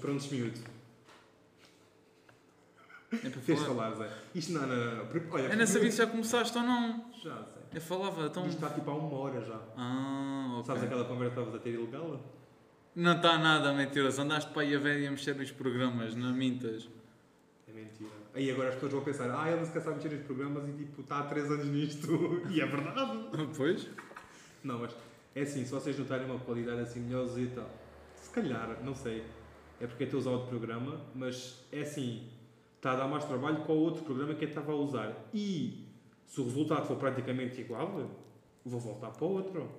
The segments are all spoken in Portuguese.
Prontos, miúdo. É para Fez falar. falar, Zé. Isto não, não, não. Pre- Olha, Eu É, não sabia se já começaste ou não. Já, Zé. Eu falava, então. Isto está tipo há uma hora já. Ah, ok. Sabes aquela conversa que estavas a ter ilegal? Não está nada, mentiroso. Andaste para aí a velha a mexer nos programas, não mintas. É mentira. Aí agora as pessoas vão pensar, ah, ele se calhar sabe mexer nos programas e tipo, está há 3 anos nisto. e é verdade. Pois? Não, mas é assim, se vocês notarem uma qualidade assim melhorzita, se calhar, não sei. É porque eu estou a usar outro programa, mas é assim, está a dar mais trabalho com o outro programa que eu estava a usar. E se o resultado for praticamente igual, vou voltar para o outro.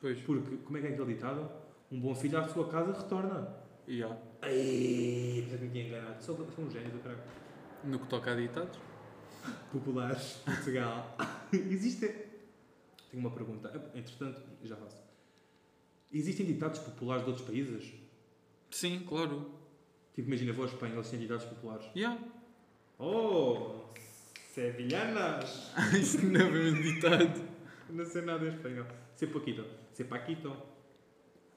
Pois. Porque, como é que é aquele ditado? Um bom filho à sua casa retorna. E há. Ai, já me tinha enganado. Sou, sou um gênio do caralho. No que toca a ditados? populares de Portugal. Existe. Tenho uma pergunta. Entretanto, já faço. Existem ditados populares de outros países? Sim, claro. Tipo, imagina, vou à Espanha, eles têm ditados populares. E há. Oh! Sevillanas! Isso não é bem um ditado. Não sei nada em espanhol. Se poquito. Se paquito.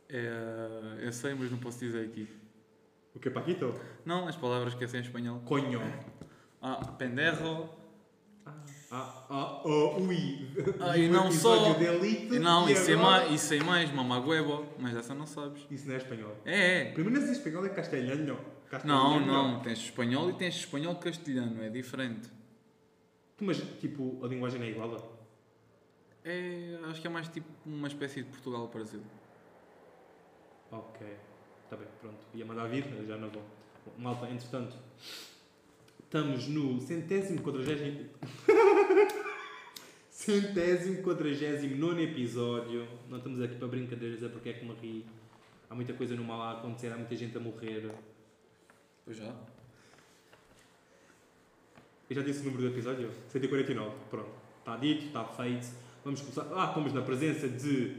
É, eu sei, mas não posso dizer aqui. O que é paquito? Não, as palavras que é em espanhol. Coño. Ah, penderro. Ah, ah, ah, oh, ui. Ah, Vi e um não só. episódio de Elite E Não, e isso é agora- mais, isso é mais, mamá huevo. Mas essa não sabes. Isso não é espanhol. É, é. Primeiro, não sei espanhol, é castelhano. Não, Castelhano. não. Tens espanhol e tens espanhol castelhano. É diferente. Mas, tipo, a linguagem não é igual? É, acho que é mais tipo uma espécie de Portugal-Brasil. Ok, está bem, pronto. Ia mandar vir, mas já não vou. Bom, Malta, entretanto, estamos no centésimo quadragésimo. centésimo quadragésimo nono episódio. Não estamos aqui para brincadeiras, é porque é que me ri. Há muita coisa no mal a acontecer, há muita gente a morrer. Pois já. Eu já disse o número do episódio? 149. Pronto. Está dito, está feito. Vamos começar. Ah, estamos na presença de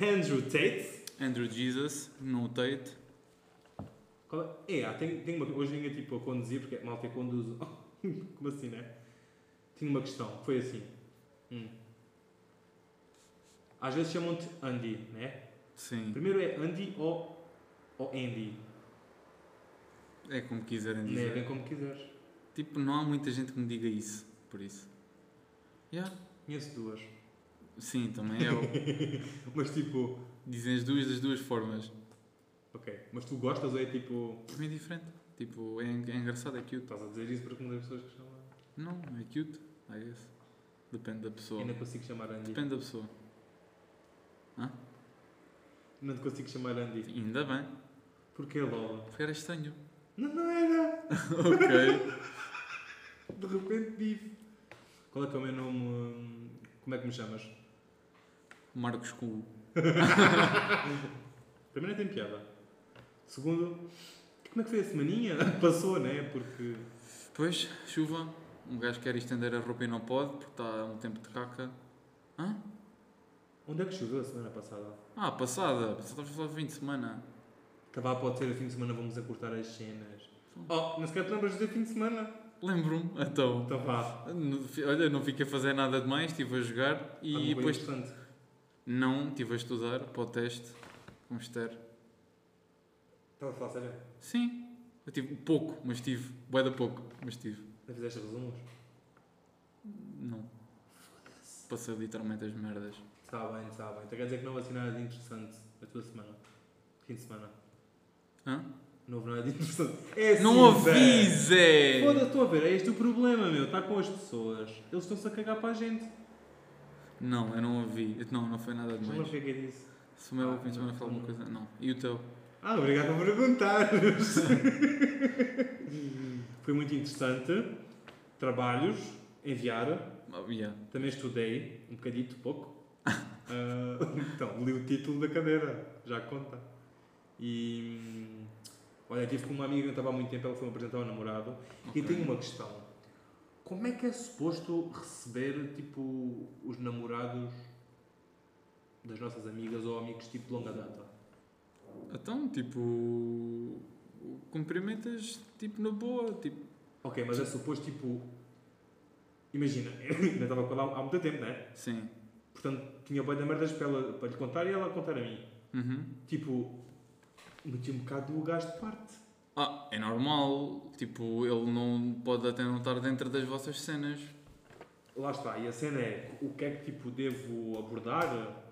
Andrew Tate. Andrew Jesus, no Tate. Qual é? É, há, tenho, tenho uma, hoje vinha tipo a conduzir, porque malta eu conduzo. Como assim, né? Tinha uma questão, foi assim. Hum. Às vezes chamam-te Andy, né? Sim. Primeiro é Andy ou, ou Andy. É como quiserem Né? dizer. Bem como quiseres. Tipo, não há muita gente que me diga isso. Por isso. Yeah. Conheço duas. Sim, também eu. Mas tipo, Dizem as duas das duas formas. ok. Mas tu gostas ou é tipo. Para mim é diferente. Tipo, é, en- é engraçado, é cute. Estás a dizer isso porque não tem pessoas que chamam. Não, é cute. I guess. Depende da pessoa. Ainda consigo chamar Andy. Depende da pessoa. Não te consigo chamar Andy. Ainda bem. Porque é Lola. Porque era estranho. Não, não era! ok. De repente bife. Qual é que é o meu nome? hum, Como é que me chamas? Marcos Cu. Primeiro tem piada. Segundo, como é que foi a semaninha? Passou, né? Porque. Depois, chuva. Um gajo quer estender a roupa e não pode porque está um tempo de caca. Hã? Onde é que choveu a semana passada? Ah, passada. Passada foi só fim de semana. Estava a pode ser a fim de semana, vamos acortar as cenas. Oh, não sequer te lembras do fim de semana? Lembro-me. Então. Então vá. Não fi- Olha, não fiquei a fazer nada demais, estive a jogar Há e uma coisa depois interessante. não, estive a estudar para o teste. um Vamos ter. Estava a falar sério? Sim. Eu tive pouco, mas tive. Bué da pouco, mas tive. Não fizeste resumos? Não. Passei literalmente as merdas. Está bem, está bem. Então quer dizer que não houve assim nada de interessante na tua semana? Fim de semana? Hã? Não houve nada de interessante. É Não assim, Zé. ouvi, Zé! Foda-se, estou a ver, é este o problema, meu. Está com as pessoas. Eles estão-se a cagar para a gente. Não, eu não ouvi. Não, não foi nada Já não demais. sei o que é disso. Se o meu Ah, fim de semana não. falar alguma coisa, não. E o teu? Ah, obrigado por perguntares. Foi muito interessante. Trabalhos, enviar. Ah, yeah. Também estudei, um bocadito, pouco. Ah, então, li o título da cadeira, já conta. E. hum, Olha, tive com uma amiga que não estava há muito tempo, ela foi-me apresentar ao namorado. Ok. E tenho uma questão. Como é que é suposto receber, tipo, os namorados das nossas amigas ou amigos, tipo, de longa data? Então, tipo. Cumprimentas, tipo, na boa. Tipo, Ok, mas é suposto, tipo... Imagina, eu ainda estava com ela há muito tempo, né? sim. Portanto, tinha boi da merdas para, ela, para lhe contar e ela a contar a mim. Uhum. Tipo, meti um bocado o gajo de parte. Ah, é normal. Tipo, ele não pode até não estar dentro das vossas cenas. Lá está, e a cena é o que é que tipo devo abordar?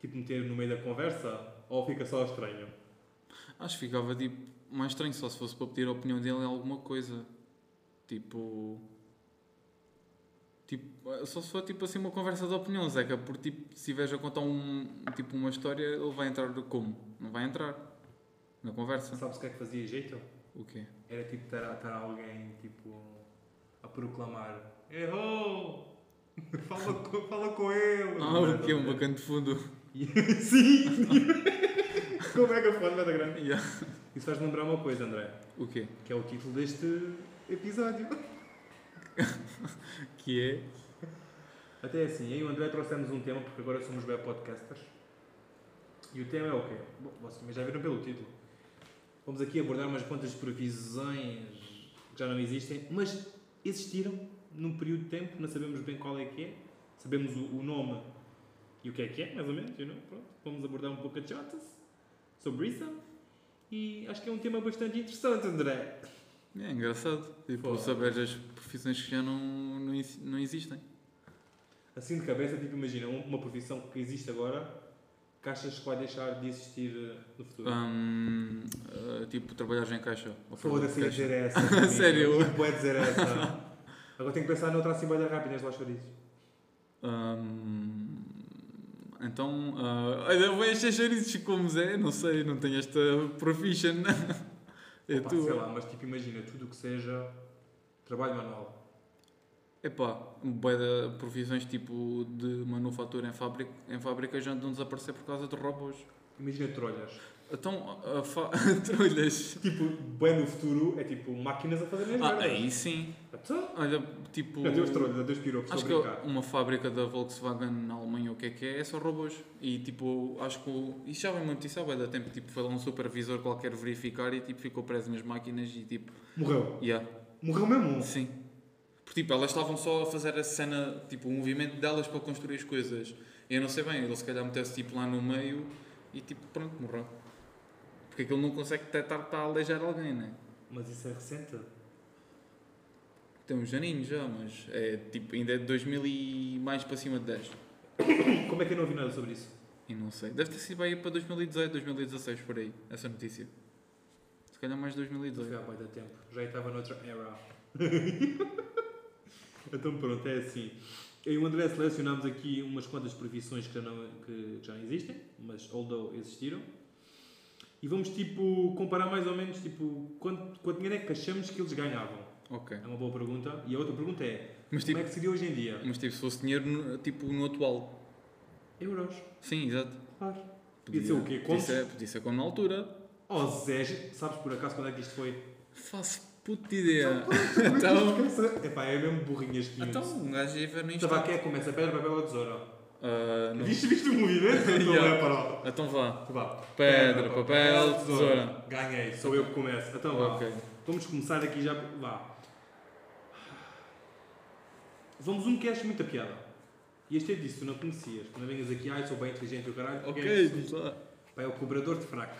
Tipo, meter no meio da conversa? Ou fica só estranho? Acho que ficava tipo, mais estranho só se fosse para pedir a opinião dele em alguma coisa. Tipo. Tipo, só se for tipo assim uma conversa de opinião, Zeca, porque tipo, se estiveres a contar um, tipo, uma história, ele vai entrar como? Não vai entrar na conversa. Sabes o que é que fazia jeito? O quê? Era tipo estar estar alguém tipo a proclamar Errou! Fala com, fala com ele! Ah, o quê? Um bacana de fundo. Sim! é com o megafone da grande. Ya. Isso faz lembrar uma coisa, André, O quê? que é o título deste episódio. Que é? Até assim, eu e o André trouxemos um tema, porque agora somos web podcasters. E o tema é o quê? Bom, vocês também já viram pelo título. Vamos aqui abordar umas quantas previsões que já não existem, mas existiram num período de tempo, não sabemos bem qual é que é, sabemos o, o nome e o que é que é, mais ou menos, you know? Pronto, vamos abordar um pouco a Jotas sobre isso. E acho que é um tema bastante interessante, André. É engraçado. Tipo, Pô. saber as profissões que já não, não, exi- não existem. Assim de cabeça, tipo, imagina um- uma profissão que existe agora que achas que vai deixar de existir eh, no futuro. Hum, ah, tipo, trabalhar em caixa. Ou Foda-se, ia fazer dizer essa. comigo. Sério? Não pode dizer essa. Agora tenho que pensar noutra assim, bem rápida, lá chorizos. Hum, então, ah, olha, vou encher chouriços como Zé, não sei, não tenho esta profissão né? É Opa, Sei tu. lá, mas tipo, imagina, tudo o que seja trabalho manual. Epá, bué de profissões tipo de manufatura em fábrica, em fábrica já andam a desaparecer por causa de robôs. Imagina trolhas. Então, a fa... Então, trolhas. Tipo, bem no futuro, é tipo máquinas a fazer mesmo. Então, Ah, aí sim. Olha, tipo. Adeus trolhas, adeus piropos, Acho estou que a brincar. uma fábrica da Volkswagen na Alemanha, o que é que é, é só robôs. E tipo, acho que. o- Isto já vai muito, isso já vai dar tempo. Tipo, foi lá um supervisor qualquer verificar e tipo, ficou preso nas máquinas e tipo. Morreu. Yeah, Morreu mesmo. sim. Porque tipo, elas estavam só a fazer a cena, tipo, o movimento delas para construir as coisas. E eu não sei bem, ele se calhar meteu-se tipo lá no meio e tipo, pronto, morreu. Porque aquilo não consegue detectar que está a aleijar alguém, né? Mas isso é recente. Tem uns aninhos já, mas é tipo, ainda é de 2000 e mais para cima de 10. Como é que eu não ouvi nada sobre isso? E não sei. Deve ter sido aí para 2018, 2016, por aí, essa notícia. Se calhar mais Não foi 2018. há bué de tempo. Já estava noutra era. então pronto, é assim. Eu e o André selecionámos aqui umas quantas previsões que já não, que já não existem, mas although existiram. E vamos tipo comparar mais ou menos tipo quanto, quanto dinheiro é que achamos que eles ganhavam. Ok. É uma boa pergunta. E a outra pergunta é, Mas como tipo, é que seria hoje em dia? mas, tipo se fosse dinheiro no, tipo, no atual. Euros, Sim, exato. claro. Podia ser é o quê? Podia Contos? ser, podia ser como na altura. Oh Zé, sabes por acaso quando é que isto foi? Faço puta ideia. Então... Então- Epá, é mesmo burrinhas que Então, um gajo ia ver no Estava Insta. aqui é começa pedra, papel ou tesoura? Ah, não. Viste, viste o movimento? Yeah. Então é a parola. Então vá. Vá. Pedra, papel, tesoura. Ganhei, sou eu que começo. Então vá. Ok. Vamos começar aqui já. Vá. Vamos um que acho muita piada. E este é disso, tu não conhecias. Não venhas aqui, ai, sou bem inteligente e o caralho. porque é Ok, isso. diz lá. Pá, é o cobrador de fraco.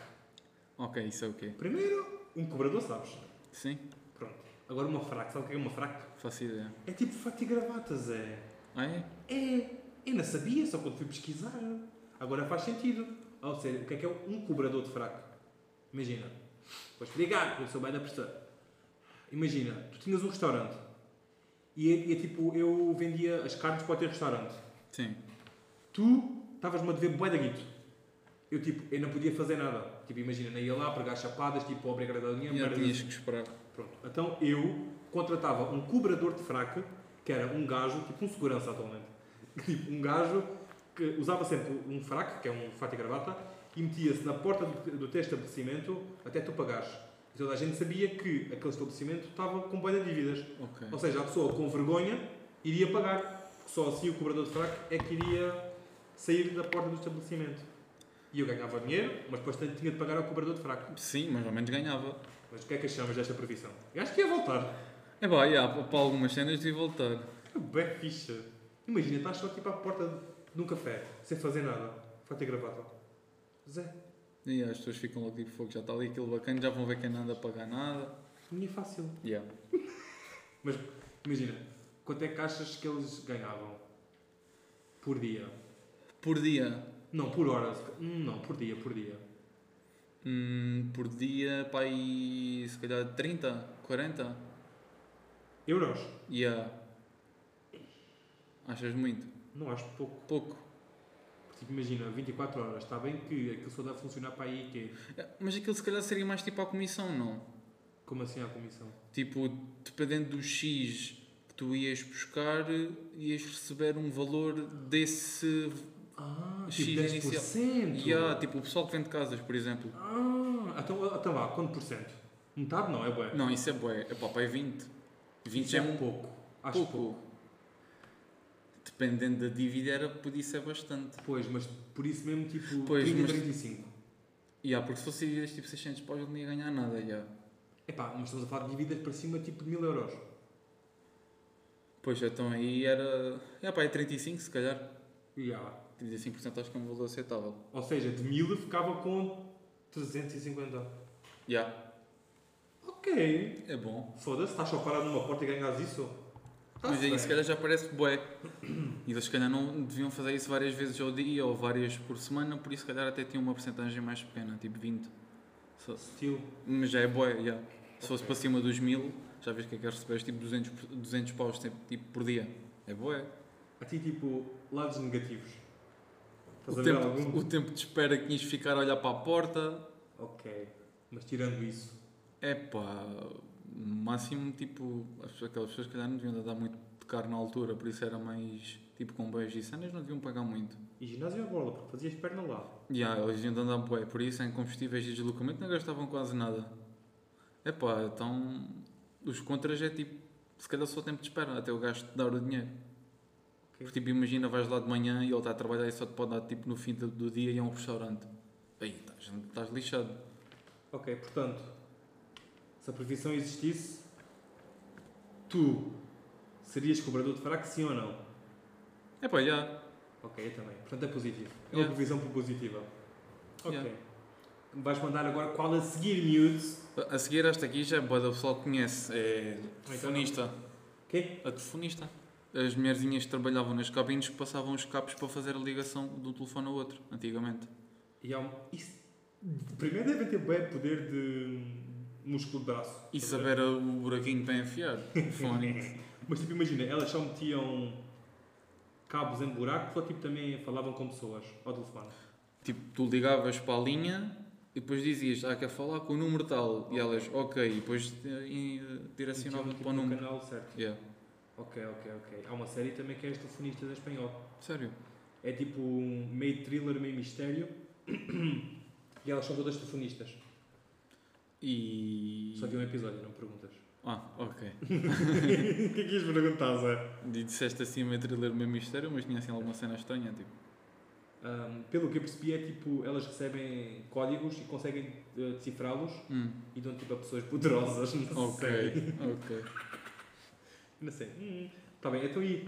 Ok, isso é o quê? Primeiro, um cobrador, sabes? Sim, Pronto. Agora uma fraca, sabe o que é uma fraca? faço ideia. É tipo fato e gravatas, é. Ah, é? É, eu não sabia, só quando fui pesquisar. Agora faz sentido. Ou seja, o que é que é um cobrador de fraco? Imagina. Vou explicar, eu sou bem da professora. Imagina, tu tinhas um restaurante. E é, é tipo, eu vendia as carnes para o teu restaurante. Sim. Tu estavas-me a dever bué da guito. Eu tipo, eu não podia fazer nada. Tipo, imagina, não ia lá pregar chapadas, tipo, obrigado a dinheiro, Já merdas tinhas que esperar. Pronto. Então eu contratava um cobrador de fraca, que era um gajo, tipo um segurança atualmente. Tipo, um gajo que usava sempre um fraco, que é um fato e gravata, e metia-se na porta do, do teu estabelecimento até tu pagares. E toda a gente sabia que aquele estabelecimento estava com boia de dívidas. Ok. Ou seja, a pessoa com vergonha iria pagar. Porque só assim o cobrador de fraco é que iria sair da porta do estabelecimento. E eu ganhava dinheiro, mas depois tinha de pagar ao cobrador de fraco. Sim, mais ou menos ganhava. Mas o que é que achamos desta previsão? Eu acho que ia voltar. É pá, yeah, para algumas cenas de voltar. Bem ficha. Imagina, estás só tipo à porta de um café, sem fazer nada. Vai ter gravata. Zé, E as pessoas ficam logo tipo fogo, já está ali aquilo bacana, já vão ver quem não anda a pagar nada. Não é fácil. Yeah. Mas imagina, quanto é que achas que eles ganhavam por dia? Por dia, Não, por hora. Hum, Não, por dia, por dia. hum, por dia, pá, aí se calhar 30, 40. Euros? Yeah. Achas muito? Não acho pouco. Pouco. Porque, Tipo, imagina, 24 horas, está bem que aquilo só deve funcionar para aí que É, Mas aquilo se calhar seria mais tipo à comissão, não? Como assim à comissão? Tipo, dependendo do X que tu ias buscar, ias receber um valor desse. Ah, X tipo 10%? Yeah, tipo, o pessoal que vende casas, por exemplo. Ah, então, então vá, quanto por cento? Metade não, é bué. Não, isso é bué. Epá, pá, é 20. 20 Isso é, é um pouco. Acho pouco. pouco. Dependendo da dívida, era, podia ser bastante. Pois, mas por isso mesmo, tipo, Pois, 30, mas- 35. Yeah, porque se fosse dívidas tipo 600 paus, ele não ia ganhar nada. Yeah. Epá, mas estamos a falar de dívidas para cima, tipo, de 1000 euros. Pois, então aí era. Yeah, pá, é 35 se calhar. Yeah. 35% acho que é um valor aceitável. Ou seja, de 1000 ficava com 350. Yeah. Ok. É bom. Foda-se, estás só parado numa porta e ganhas isso? Tá Mas aí Tá-se se bem. calhar já parece bué. E eles se calhar não deviam fazer isso várias vezes ao dia ou várias por semana, por isso se calhar até tinha uma porcentagem mais pequena, tipo 20. Só- Still. Mas já é bué, já. Se fosse para cima dos 1000, já vês que é que recebeste tipo 200, por- 200 paus sempre, tipo, por dia. É bué. A ti, tipo, lados negativos. Estás O a ver tempo, algum? o tempo de espera que tinhas de ficar a olhar para a porta, Ok. Mas tirando isso, é pá, máximo tipo, as pessoas- aquelas pessoas se calhar não deviam dar muito de carne na altura, por isso era mais tipo com beijos e cenas, não deviam pagar muito. e ginásio à bola, porque fazias perna lá. Ya, eles iam andar bué, por isso em combustíveis e deslocamento não gastavam quase nada. Epá, então os contras é tipo, se calhar só tempo de espera até o gajo te dar o dinheiro. Ok. Porque tipo, imagina vais lá de manhã e ele está a trabalhar e só te pode dar tipo no fim do, do dia e é um restaurante. Aí estás, estás lixado. Ok, portanto, se a previsão existisse, tu serias cobrador de fraco, sim ou não? Epá, É já. Ok, eu também. Portanto, é positivo. É Yeah. uma previsão propositiva. Ok. Yeah. Vais mandar agora qual a seguir, miúdos? A seguir esta aqui já é boa, o pessoal que conhece. É não. telefonista. Quê? A telefonista. As mulherzinhas que trabalhavam nas cabines que passavam os cabos para fazer a ligação de um telefone ao outro, antigamente. E há um... Isso... Primeiro deve ter bem poder de músculo de braço. tá E Estás a ver? saber o buraquinho para enfiar. Fone. Mas tipo, imagina, elas só metiam cabos em buracos ou tipo também falavam com pessoas ao telefone. tipo, tu ligavas para a linha e depois dizias, ah, quer falar com o número tal. E elas, ok. E depois eh, e, eh, Metiam, direcionavam tipo, para o no número. canal certo. Yeah. Ok, ok, ok. Há uma série também que é as telefonistas em espanhol. Sério. É tipo um meio thriller, meio mistério. e elas são todas telefonistas. E. Só vi um episódio, não perguntas. Ah, ok. O que é que ias perguntar, Zé? E disseste assim meio thriller, meio mistério, mas tinha assim alguma cena estranha, tipo. Ahm, pelo que eu percebi, é tipo, elas recebem códigos e conseguem eh, decifrá-los Hum. e dão tipo a pessoas poderosas. Não Ok, sei. ok. Não sei. Hum, tá bem, então e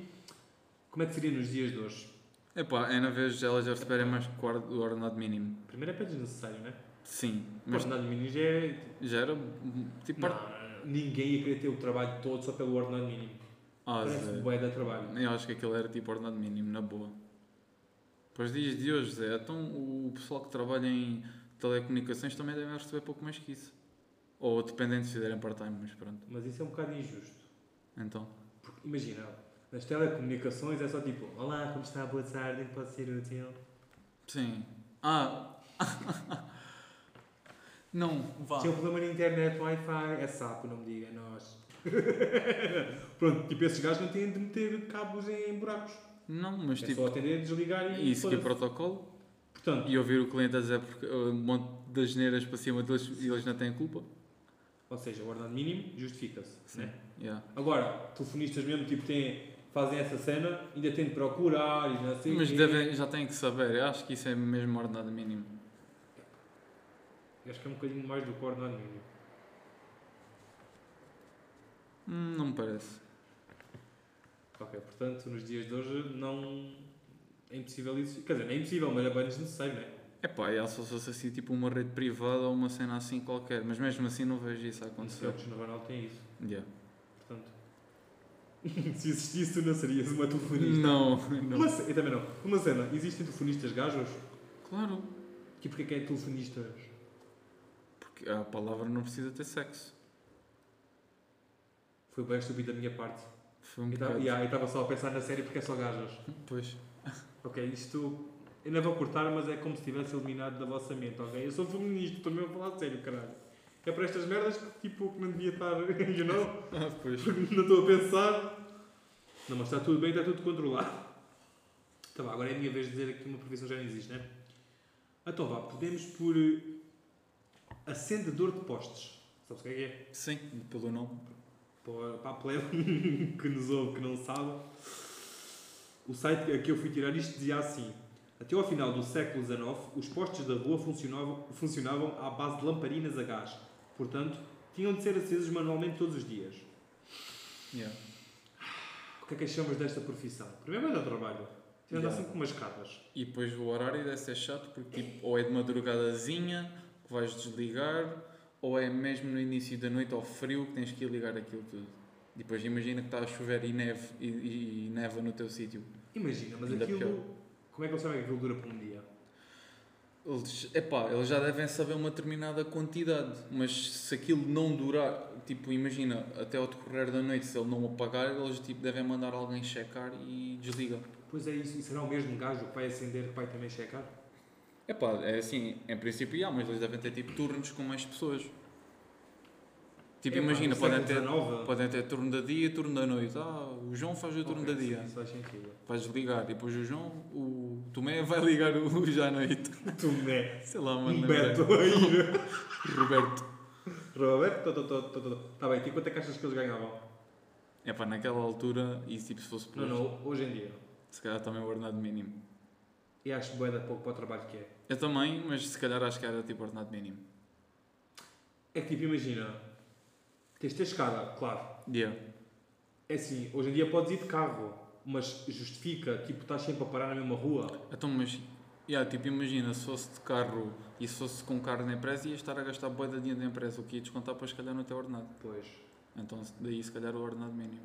como é que seria nos dias de hoje? Epá, é na vez elas já receberem mais que o quar- o ordenado mínimo. Primeiro é pé desnecessário, né? Sim, Mas mas ordenado mínimo já é. tipo, já era hum, tipo parte. não, ninguém ia querer ter o trabalho todo só pelo ordenado mínimo. Ah, Parece Zé. bué da trabalho. Eu acho que aquilo era tipo ordenado mínimo, na boa. Para os dias de hoje, Zé, então o pessoal que trabalha em telecomunicações também deve receber pouco mais que isso. Ou dependendo se fizerem part-time, mas pronto. Mas isso é um bocado injusto. Então, Porque imagina, nas telecomunicações é só tipo: Olá, como está? Boa tarde, em que pode ser útil? sim. Ah! não, vá. Tinha um problema na internet, Wi-Fi, é sapo, não me diga, nós. Pronto, tipo, esses gajos não têm de meter cabos em buracos. Não, mas é tipo. só atender, desligar e. E seguir foda-se. protocolo. Portanto, E ouvir o cliente a dizer porque, uh, um monte de asneiras para cima deles e eles não têm culpa. ou seja, o ordenado mínimo justifica-se. Né? Yeah. Agora, telefonistas mesmo tipo, têm, fazem essa cena, ainda têm de procurar e não sei o Mas quê. devem, já têm que saber, eu acho que isso é mesmo ordenado mínimo. Acho que é um bocadinho mais do que o ordenado mínimo. Hum, não me parece. Ok, portanto, nos dias de hoje não. É impossível isso. Quer dizer, não é impossível, mas é bem desnecessário, não é? É pá, e ela só se fosse assim tipo uma rede privada ou uma cena assim qualquer, mas mesmo assim não vejo isso a Os acontecer. jogos no Ronaldo têm isso. Yeah. Portanto, se existisse, tu não serias uma telefonista. Não, Uma não. ce- eu também não. Uma cena, existem telefonistas gajos? Claro, E porquê que é telefonistas? porque a palavra não precisa ter sexo. Foi bem estúpido da minha parte. Foi um Eu estava bocado. só a pensar na série porque é só gajas. Pois. Ok, isto eu não vou cortar, mas é como se tivesse eliminado da vossa mente, ok? Eu sou feminista, estou mesmo a falar de sério, caralho. É para estas merdas que, tipo, que não devia estar, you know? Ah, pois. Porque não estou a pensar. Não, mas está tudo bem, está tudo controlado. Tá bom, agora é a minha vez de dizer que uma previsão já não existe, né? Então vá, podemos por eh, acendedor de postes. Sabes o que é que é? Sim, pelo nome. para, para a plebe é um que nos ouve, que não sabe, o site a que eu fui tirar isto dizia assim: Até ao final do século XIX, os postes da rua funcionavam, funcionavam à base de lamparinas a gás, portanto, tinham de ser acesos manualmente todos os dias. Yeah. O que é que achamos desta profissão? Primeiro é dar trabalho, tens Yeah. assim com umas catas. E depois o horário deve ser chato porque tipo, ou é de madrugadazinha que vais desligar, ou é mesmo no início da noite ao frio que tens que ir ligar aquilo tudo. E depois imagina que está a chover e, neve, e, e- e neva no teu sítio. Imagina, mas Ainda aquilo. pior. Como é que eles sabem que aquilo dura por um dia? Eles, epá, eles já devem saber uma determinada quantidade, mas se aquilo não durar, tipo, imagina, até ao decorrer da noite, se ele não apagar, eles tipo, devem mandar alguém checar e desliga. Pois é isso, e será o mesmo gajo que vai acender que vai também checar? Epá, é assim, em princípio há, mas eles devem ter tipo turnos com mais pessoas. Tipo, Epá, é imagina, no podem ter, século XIX, podem ter turno da dia, turno da noite. Ah, o João faz o turno ok, da sim, dia. Isso faz sentido. Vais ligar, e depois o João, o Tomé vai ligar o, o já à noite. Tu, né? Sei lá, mano. Um lembrei. Beto aí, né? Roberto. Roberto, tô, tô, tô, tô, tô. tá bem, e quanto é que achas que eles ganhavam? Epá, naquela altura, e tipo, se fosse por Não, hoje, não, hoje em dia. se calhar também o ordenado mínimo. E acho bué da pouco para o trabalho que é. Eu também, mas se calhar acho que era tipo ordenado mínimo. É que tipo, imagina, tens de ter escada, claro. Yeah. É assim, hoje em dia podes ir de carro, mas justifica, tipo, estás sempre a parar na mesma rua. Então, mas, yeah, tipo, imagina, se fosse de carro e se fosse com carro na empresa, ia estar a gastar boa de dinheiro da empresa, o que ia descontar para se calhar no teu ordenado. Pois. Então, se- daí se calhar o ordenado mínimo.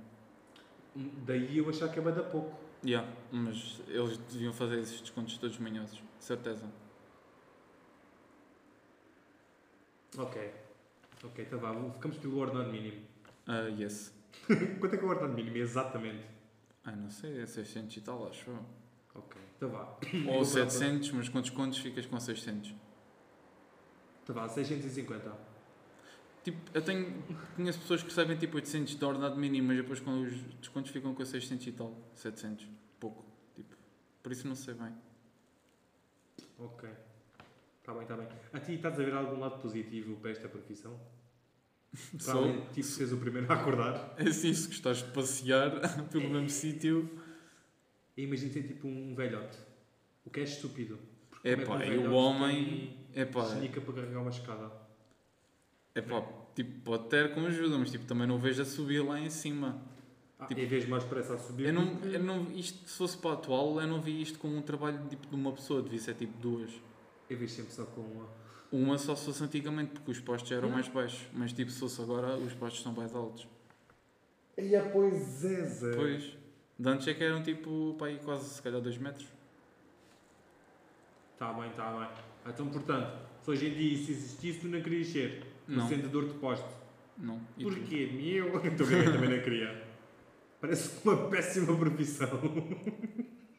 Hum, Daí eu achar que é bué da pouco. Yeah, mas eles deviam fazer esses descontos todos manhosos, certeza. Ok. Ok, tá vá, vou- ficamos pelo ordenado mínimo. Ah, yes. quanto é que é o ordenado mínimo, exatamente? Ah, não sei, é 600 e tal, acho. eu. Ok, tá vá. Ou 700, mas com descontos ficas com 600. Tá vá, 650. Tipo, eu tenho, conheço pessoas que recebem tipo 800 de ordenado mínimo, mas depois com os descontos ficam com 600 e tal, 700, pouco, tipo. Por isso não sei bem. Ok. Está Tá bem, está bem. A ti estás a ver algum lado positivo para esta profissão? Para Sou. além de ti seres o primeiro a acordar. É assim, se gostares de passear pelo É. mesmo sítio. E Imagina ser tipo um velhote. O que é estúpido. Porque É como pá, que um e o velhote homem. É tem pá, Genica para carregar uma escada. é pá, tipo, pode ter com ajuda, mas tipo, também não vejo a subir lá em cima. Ah, Tipo, em vez mais pressa a subir. Eu não, do que- eu não, isto, se fosse para a atual, eu não vi isto como um trabalho tipo, de uma pessoa, devia ser tipo duas. Eu vejo sempre só com uma. Uma só se fosse antigamente, porque os postos eram Não. mais baixos, mas tipo, se fosse agora, os postos são mais altos. E a pois é, Zé. Pois, de antes é que eram tipo, pá, aí quase, se calhar, dois metros. Está Tá bem, está bem. Então, portanto, se hoje em dia isso existisse, tu não querias ser. Um Não. acendedor de poste. Não. E tipo, tu? Porquê? Meu? Então, Estou bem, é eu também não queria. Parece uma péssima profissão.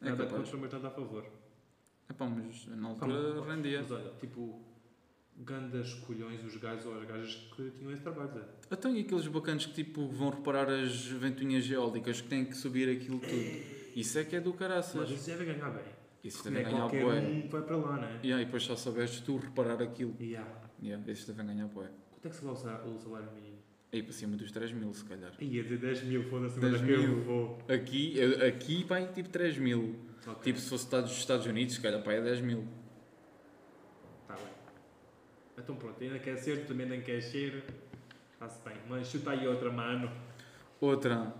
É Nada capaz. contra, mas nada a favor. É pá, mas na Pá, Então, mas- altura rendia. Mas olha, tipo, gandas colhões os gajos ou as gajas que tinham esse trabalho, né? Zé. Então e aqueles bacanas que tipo vão reparar as ventoinhas geólicas que têm que subir aquilo tudo? Isso é que é do Mas caraças. isso deve ganhar bem. Isso Não devem é ganhar qualquer boé. um que vai para lá, né? Yeah, e depois só soubeste tu reparar aquilo. Yeah. Yeah, esses devem ganhar boé. Quanto é que se vai o sa- o salário mínimo? Aí para cima dos 3 mil se calhar. Ia dizer 10 mil, foda-se, 10 mas é que eu mil. vou. Aqui, eu- aqui pai, tipo 3 mil. Ok. Tipo se fosse Estados, dos Estados Unidos, se calhar pai é 10 mil. Tá bem. Então pronto, ainda quer ser, tu também não queres ser. Está-se bem. Mas chuta aí outra, mano. Outra.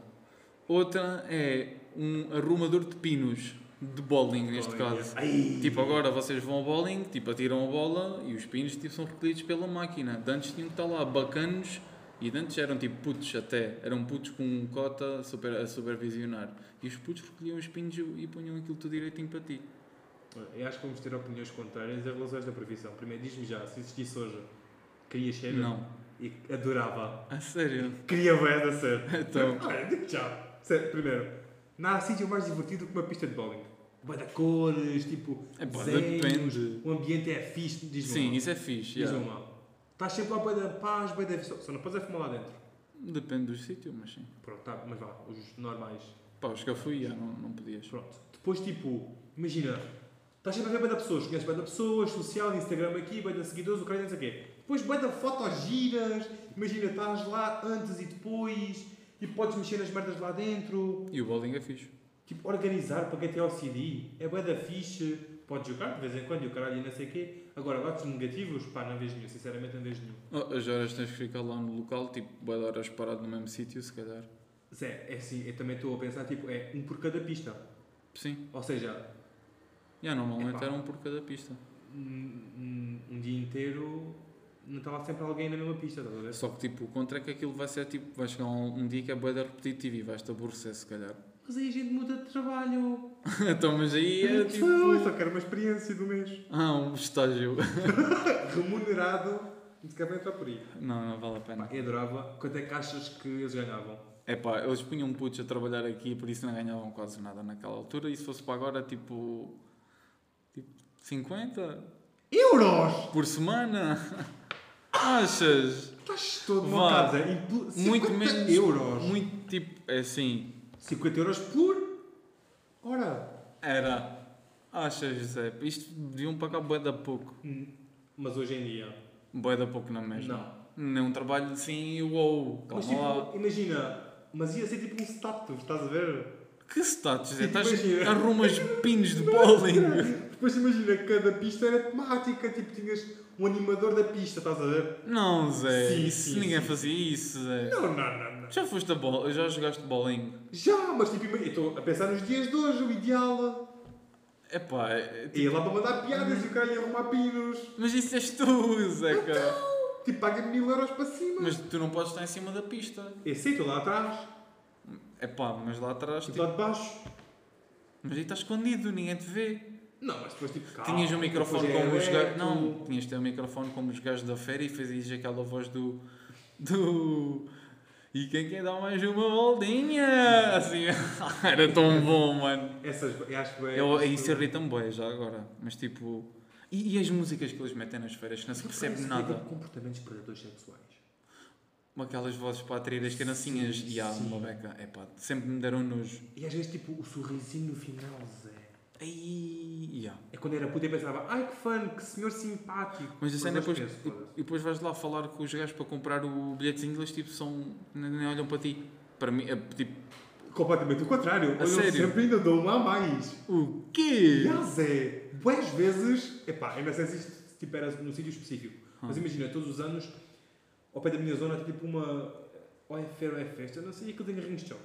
Outra é um arrumador de pinos. de bowling, neste Bowling, caso. é. Ai! Tipo, agora vocês vão ao bowling, tipo, atiram a bola e os pinos tipo, são recolhidos pela máquina. De antes tinham que estar lá bacanos e de antes eram tipo putos até. Eram putos com cota super, a supervisionar. E os putos recolhiam os pinos e e punham aquilo tudo direitinho para ti. Eu acho que vamos ter opiniões contrárias em relação a esta previsão. Primeiro, diz-me já, se existisse hoje, queria cheiro? Não. E adorava. A sério? Queria ver da ser. Então, Olha, digo já. Sério, Primeiro, não há sítio mais divertido que uma pista de bowling. Bué da cores, tipo, é pá, desenhos, depende. o ambiente é fixe, diz-me Sim, lá. isso é fixe. Diz-me yeah. lá. Estás sempre lá bué da paz, bué da... Só só não podes é fumar lá dentro. Depende do sítio, mas sim. Pronto, tá, mas vá, os normais. Pá, os que eu fui, já não, não podias. Pronto. Depois, tipo, imagina, estás sempre a ver bem da pessoas, conheces bem da pessoas, social, Instagram aqui, bem da seguidores, o cara não sei o quê. Depois, bem da fotos giras, imagina, estás lá antes e depois, e podes mexer nas merdas lá dentro. E o bowling é fixe. Tipo, organizar para quem tem OCD é bué da fixe, podes jogar de vez em quando e o caralho e não sei o quê. Agora, dados negativos, pá, não vejo nenhum, sinceramente não vejo nenhum. Oh, As horas tens que ficar lá no local, tipo, vai dar horas parado no mesmo sítio, se calhar. Zé, é assim, eu também estou a pensar, tipo, é um por cada pista. Sim. Ou seja, Já, normalmente Epá. era um por cada pista. um, um- um dia inteiro não estava sempre alguém na mesma pista, estás a ver? Só que, tipo, o contra é que aquilo vai ser, tipo, vai chegar um, um dia que é boeda repetitivo e vais-te aborrecer, se calhar. Mas aí a gente muda de trabalho. então, mas aí é, tipo... Foi, só quero uma experiência do mês. Ah, um estágio. Remunerado, se calhar vai entrar por aí. não, não vale a pena. Pá, eu adorava. Quanto é que achas que eles ganhavam? É pá, eles punham putos a trabalhar aqui, por isso não ganhavam quase nada naquela altura. E se fosse para agora, tipo... Tipo, 50? Euros! Por semana? Achas? Estás todo Vá. mancado, Zé. Impl- 50 Muito menos. euros. Muito, tipo, é assim... 50 euros por hora. Era. Achas, José? Isto deviam pagar bué da pouco. Hum, Mas hoje em dia, Bué da pouco na mesma. não. Não. um trabalho assim, uou. Calma Mas tipo, lá. imagina, mas ia ser tipo um status, estás a ver? Que status, José? Tipo, Estás imagina. arrumas pinos de bowling. Depois imagina, cada pista era temática, tipo tinhas um animador da pista, estás a ver? Não, Zé. Sim, isso, sim, ninguém sim. fazia isso, Zé. Não, não, não, não. Já foste a bowling? Já jogaste bowling? Já, mas tipo, ima- eu estou a pensar nos dias de hoje, o ideal. Epá, é, E lá para mandar piadas e o cara ia arrumar pinos. mas isso és tu, Então. Zé, cara. Tipo, paga mil euros para cima. Mas tu não podes estar em cima da pista. Eu sei, estou lá atrás, Epá, mas lá atrás, estou tipo, lá de baixo. mas aí está escondido, ninguém te vê. Não, mas depois tipo, calma. Tinhas um microfone depois é como os gajos. aberto. Não, tinhas de ter um microfone como os gajos da feira e fazias aquela voz do. do. E quem quer dar mais uma voltinha? Assim, era tão bom, mano. Essas, eu acho que é... Eu, isso irrita-me bem já agora. Mas tipo. E, e as músicas que eles metem nas feiras que não se percebe nada. Comportamentos predadores sexuais. Como Aquelas vozes para atrair as canacinhas Sim, e há sim. uma beca. É pá, sempre me deram nojo. E às vezes tipo, o sorrisinho no final, Zé. Ai, e há. É quando era puta eu pensava, ai que fã, que senhor simpático. Mas a cena é Mas depois. penso, E foda-se. e depois vais lá falar com os gajos para comprar o bilhetezinho eles tipo são. nem nem olham para ti. Para mim, é tipo. Completamente o contrário. A eu sério? sempre ainda dou uma a mais. O quê? E há Zé, boas vezes, epá, eu não sei se isto tipo, era num sítio específico, mas Ah. imagina, todos os anos, ao pé da minha zona, tem tipo uma. Ou é feira ou é festa, eu não sei, e aquilo tem carrinhos de choque.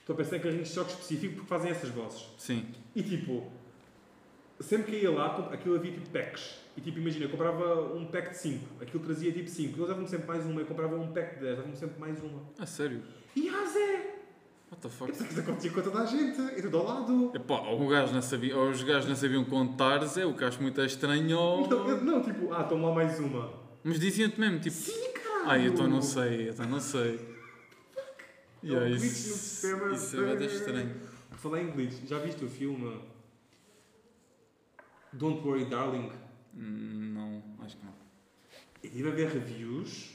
Estou a pensar em carrinhos de choque específico porque fazem essas vozes. Sim. E tipo, sempre que ia lá, comp- aquilo havia tipo packs. E tipo, imagina, eu comprava um pack de 5, aquilo trazia tipo 5, eles davam-me sempre mais uma, eu comprava um pack de 10, davam-me sempre mais uma. A sério? E há Zé! What the Eu fuck? pensei que isso acontecia com toda a gente, eu estou ao lado. Epá, ou, o gajo não sabia, ou os gajos não sabiam contar, Zé, o que acho muito estranho. ou- Não, eu- não, tipo, ah, toma lá mais uma. Mas diziam-te mesmo, tipo. Sim, caralho! Ai, então não sei, então não sei. E É um aí, glitch isso, no sistema. isso é bem estranho. Por falar em inglês, já viste o filme Don't Worry Darling? Hum, Não, acho que não. Eu estive a ver reviews,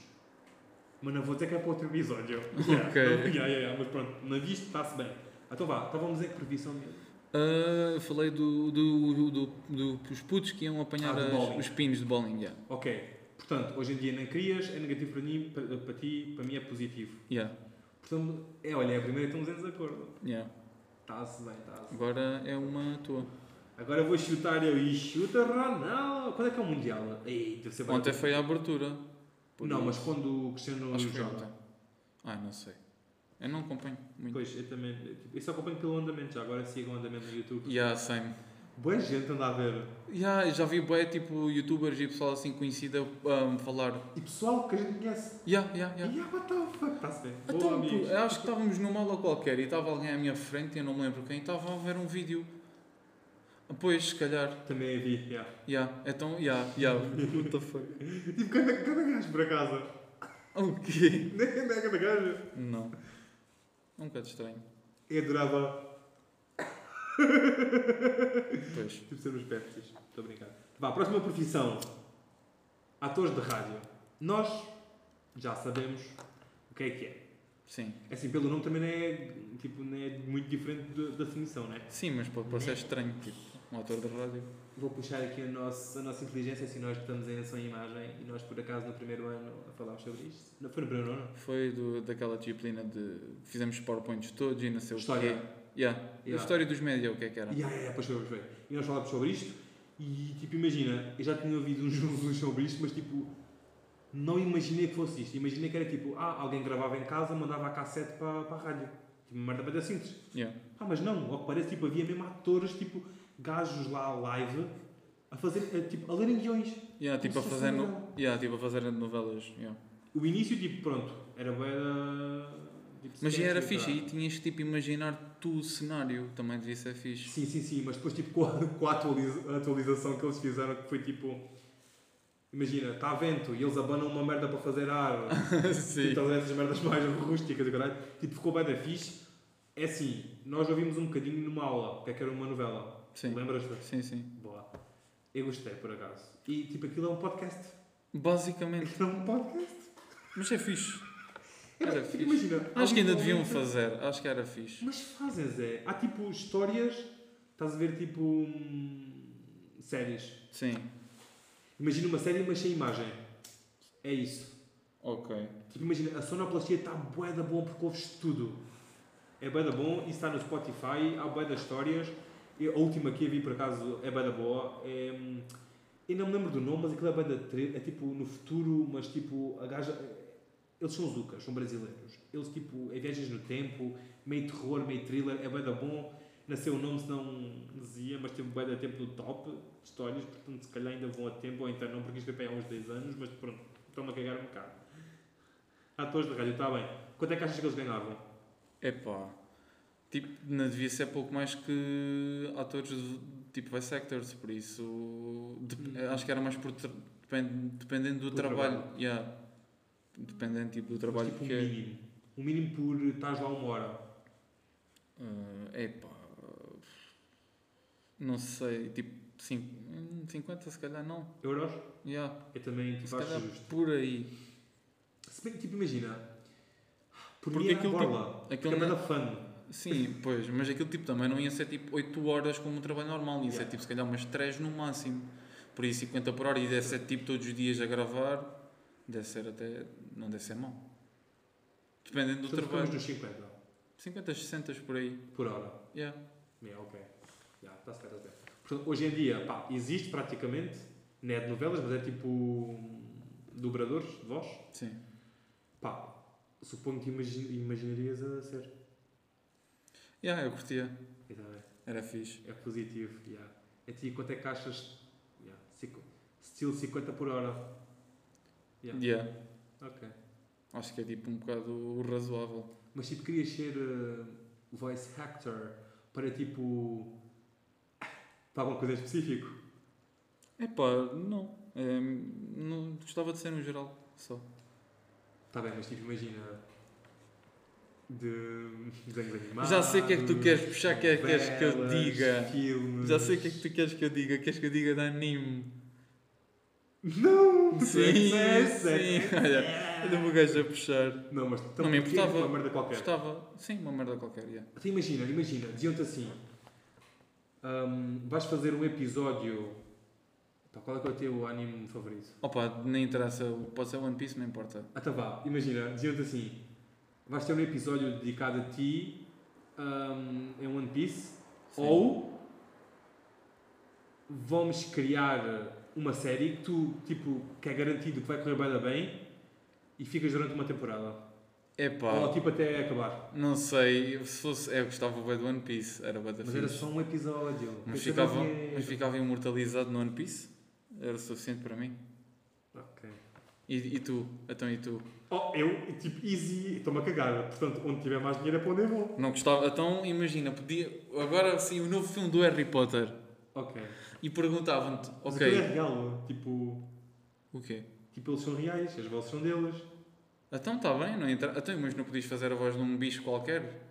mas não vou dizer que é para outro episódio. Ok. Yeah, yeah, yeah, mas pronto, não viste, está-se bem. Então vá, estávamos em que previsão mesmo? Ah, eu falei do, do, do, do, dos putos que iam apanhar Ah, do as- bowling. os pinos de bowling, yeah. Ok, portanto, hoje em dia não querias, é negativo para mim, para, para ti, para mim é positivo. Yeah, Portanto, é, olha, é a primeira que estamos em desacordo. yeah. Está-se bem, está-se bem. Agora é uma tua. Agora vou chutar eu e chuta Ronaldo. Quando é que é o Mundial? Ei, deve ser bem- Ontem foi a abertura. Não, mas quando o Cristiano Acho que foi joga. ontem. Ah, não sei. Eu não acompanho muito. Pois, eu também. tipo, Eu só acompanho pelo andamento já, agora sigo o andamento no YouTube. Yeah, same. Boa gente anda a ver. Yeah, já vi bué, tipo, youtubers e pessoal assim conhecida um, falar. E pessoal que a gente conhece. Yeah, yeah, Yeah. yeah. what the fuck? Está-se bem. Boa, Então, pô, amigos. eu acho que estávamos numa aula qualquer e estava alguém à minha frente, eu não me lembro quem, e estava a ver um vídeo. Pois, se calhar. Também a vi, yeah. Yeah, então, yeah, yeah. What the fuck? Tipo, cada, cada gajo para casa. O quê? Não é não é cada gajo. Não. É um bocado estranho. Eu adorava, Pois. tipo, sermos pepsis. Estou a brincar. Vá, próxima profissão. Atores de rádio. Nós já sabemos o que é que é. Sim. Assim, pelo nome também não é, tipo, não é muito diferente da da definição, né? Sim, mas pode parecer estranho, tipo, um ator de rádio. Vou puxar aqui o nosso, a nossa inteligência, assim, nós estamos em ação e imagem e nós, por acaso, no primeiro ano falámos sobre isto. Não foi no primeiro ano? Foi do, daquela disciplina de fizemos PowerPoints todos e não sei História. o quê. Yeah. Yeah. A história dos média, o que é que era? E aí, depois foi, foi. E nós falámos sobre isto e, tipo, imagina, eu já tinha ouvido uns Jesus sobre isto, mas, tipo, não imaginei que fosse isto. Imaginei que era, tipo, ah, alguém gravava em casa, mandava a cassete para, para a rádio. Tipo, uma merda para ter cintos. Yeah. Ah, mas não, ao que parece, tipo, havia mesmo atores, tipo, gajos lá live a fazer, a, tipo, a lerem guiões. Yeah, tipo, a Isso é fazer no... surreal. yeah, tipo a fazer novelas. Yeah. O início, tipo, pronto, era bué da... tipo, Mas já era sketch, fixe tá? e tinhas que tipo, imaginar tu o cenário, também devia ser fixe. Sim, sim, sim, mas depois, tipo, com a, com a atualiza- a atualização que eles fizeram, que foi, tipo... Imagina, está vento e eles abanam uma merda para fazer ar. Sim. tipo, todas essas merdas mais rústicas e caralho. Tipo, ficou bué da fixe. É assim, nós ouvimos um bocadinho numa aula, que é que era uma novela. Sim. Lembras-te? Sim, sim. Boa. Eu gostei, por acaso. E, tipo, aquilo é um podcast. Basicamente. Aquilo é um podcast. Mas é fixe. Era Era, é fixe. imagina. Acho que ainda alguém- deviam fazer. Acho que era fixe. Mas fazem, Zé. Há tipo histórias, estás a ver tipo. hum, séries. Sim. Imagina uma série, mas sem imagem. É isso. Ok. Tipo, imagina, a sonoplastia está bué da bom porque ouves tudo. É bué da bom, isso está no Spotify, há bué das histórias. E a última que eu vi, por acaso, é bué da boa. É, hum, eu não me lembro do nome, mas aquilo é bué da tre- É tipo no futuro, mas tipo, a gaja... Eles são zucas, são brasileiros. Eles tipo, é viagens no tempo, meio terror, meio thriller, é bué da bom. Não sei o nome, se não dizia, mas tem bué da tempo no top de histórias, portanto, se calhar ainda vão a tempo, ou então não, porque isto é para aí há uns 10 anos, mas pronto, estão-me a cagar um bocado. Atores de rádio, está bem. Quanto é que achas que eles ganhavam? Epá. Tipo, não devia ser pouco mais que atores de- tipo voice actors, por isso. dep- Acho que era mais por tra- depen- dependendo do Hum. Do trabalho. Yeah. Dependendo tipo, do trabalho tipo, que um é. mínimo. Um mínimo por estás lá uma hora. um Ah, epá. Não sei, tipo, cin- hum, 50 se calhar não. Euros? Yeah. Eu também Se tipo, acho calhar justo. por aí. Se bem que, tipo, imagina. Por Porque mim era aquilo, borla. tipo, porque aquilo é não- da fã. Sim, pois, mas aquilo tipo também não ia ser tipo 8 horas como um trabalho normal, ia ser Yeah. tipo se calhar umas 3 no máximo. Por aí 50 por hora e deve ser tipo todos os dias a gravar, deve ser até. não deve ser mau. Dependendo do Portanto, ficamos trabalho. nos 50 50, 60 por aí. por hora. Yeah. Yeah, ok. Yeah, está certo, está certo. Portanto, hoje em dia, pá, existe praticamente, não é de novelas, mas é tipo hum, dobradores de voz. Sim. Pá, suponho que imagi- imaginarias a ser. Yeah, eu curtia. Eu também. Era fixe. É positivo, yeah. A ti quanto é que achas? Yeah. cinco- Estilo 50 por hora. Yeah. Yeah. Ok. Acho que é tipo um bocado razoável. Mas tipo, querias ser eh, voice actor para tipo. para alguma coisa em específico? Epá, não. É, não. Gostava de ser no geral, só. Tá bem, mas tipo, imagina. de desenhos animados. Já sei o que é que tu queres puxar, o que é que queres que eu novelas, diga. Filmes. Já sei o que é que tu queres que eu diga. Queres que eu diga de anime? Não! Sim, sim, olha, Ainda olha. vou gajo a puxar. Não, mas Não me também queres importava. uma merda qualquer. Gostava. Sim, uma merda qualquer. Yeah. Então, imagina, imagina, diziam-te assim: hum, vais fazer um episódio. Pá, qual é que é o teu anime favorito? Opa, nem interessa. Pode ser One Piece, não importa. Ah, tá vá, imagina, diziam-te assim: vais ter um episódio dedicado a ti hum, em One Piece, Sim. ou vamos criar uma série que tu, tipo, que é garantido que vai correr bem, bem e ficas durante uma temporada. Epá, Ou tipo até acabar. não sei, se fosse, é, eu gostava bem do One Piece, era bué da Mas era fixe. só é- um episódio. assim, Mas Pensei ficava, que havia- mas ficava imortalizado no One Piece, era suficiente para mim. Ok. E, e tu? Então e tu? Oh, eu, tipo, easy, estou-me a cagar. Portanto, onde tiver mais dinheiro é para onde eu vou. Não gostava? Então imagina, podia, agora sim, o novo filme do Harry Potter. Ok. E perguntavam-te, Mas aquilo é ok, real, tipo, o quê? tipo, eles são reais, as vozes são deles. Então está bem, não entra. Então, mas não podias fazer a voz de um bicho qualquer?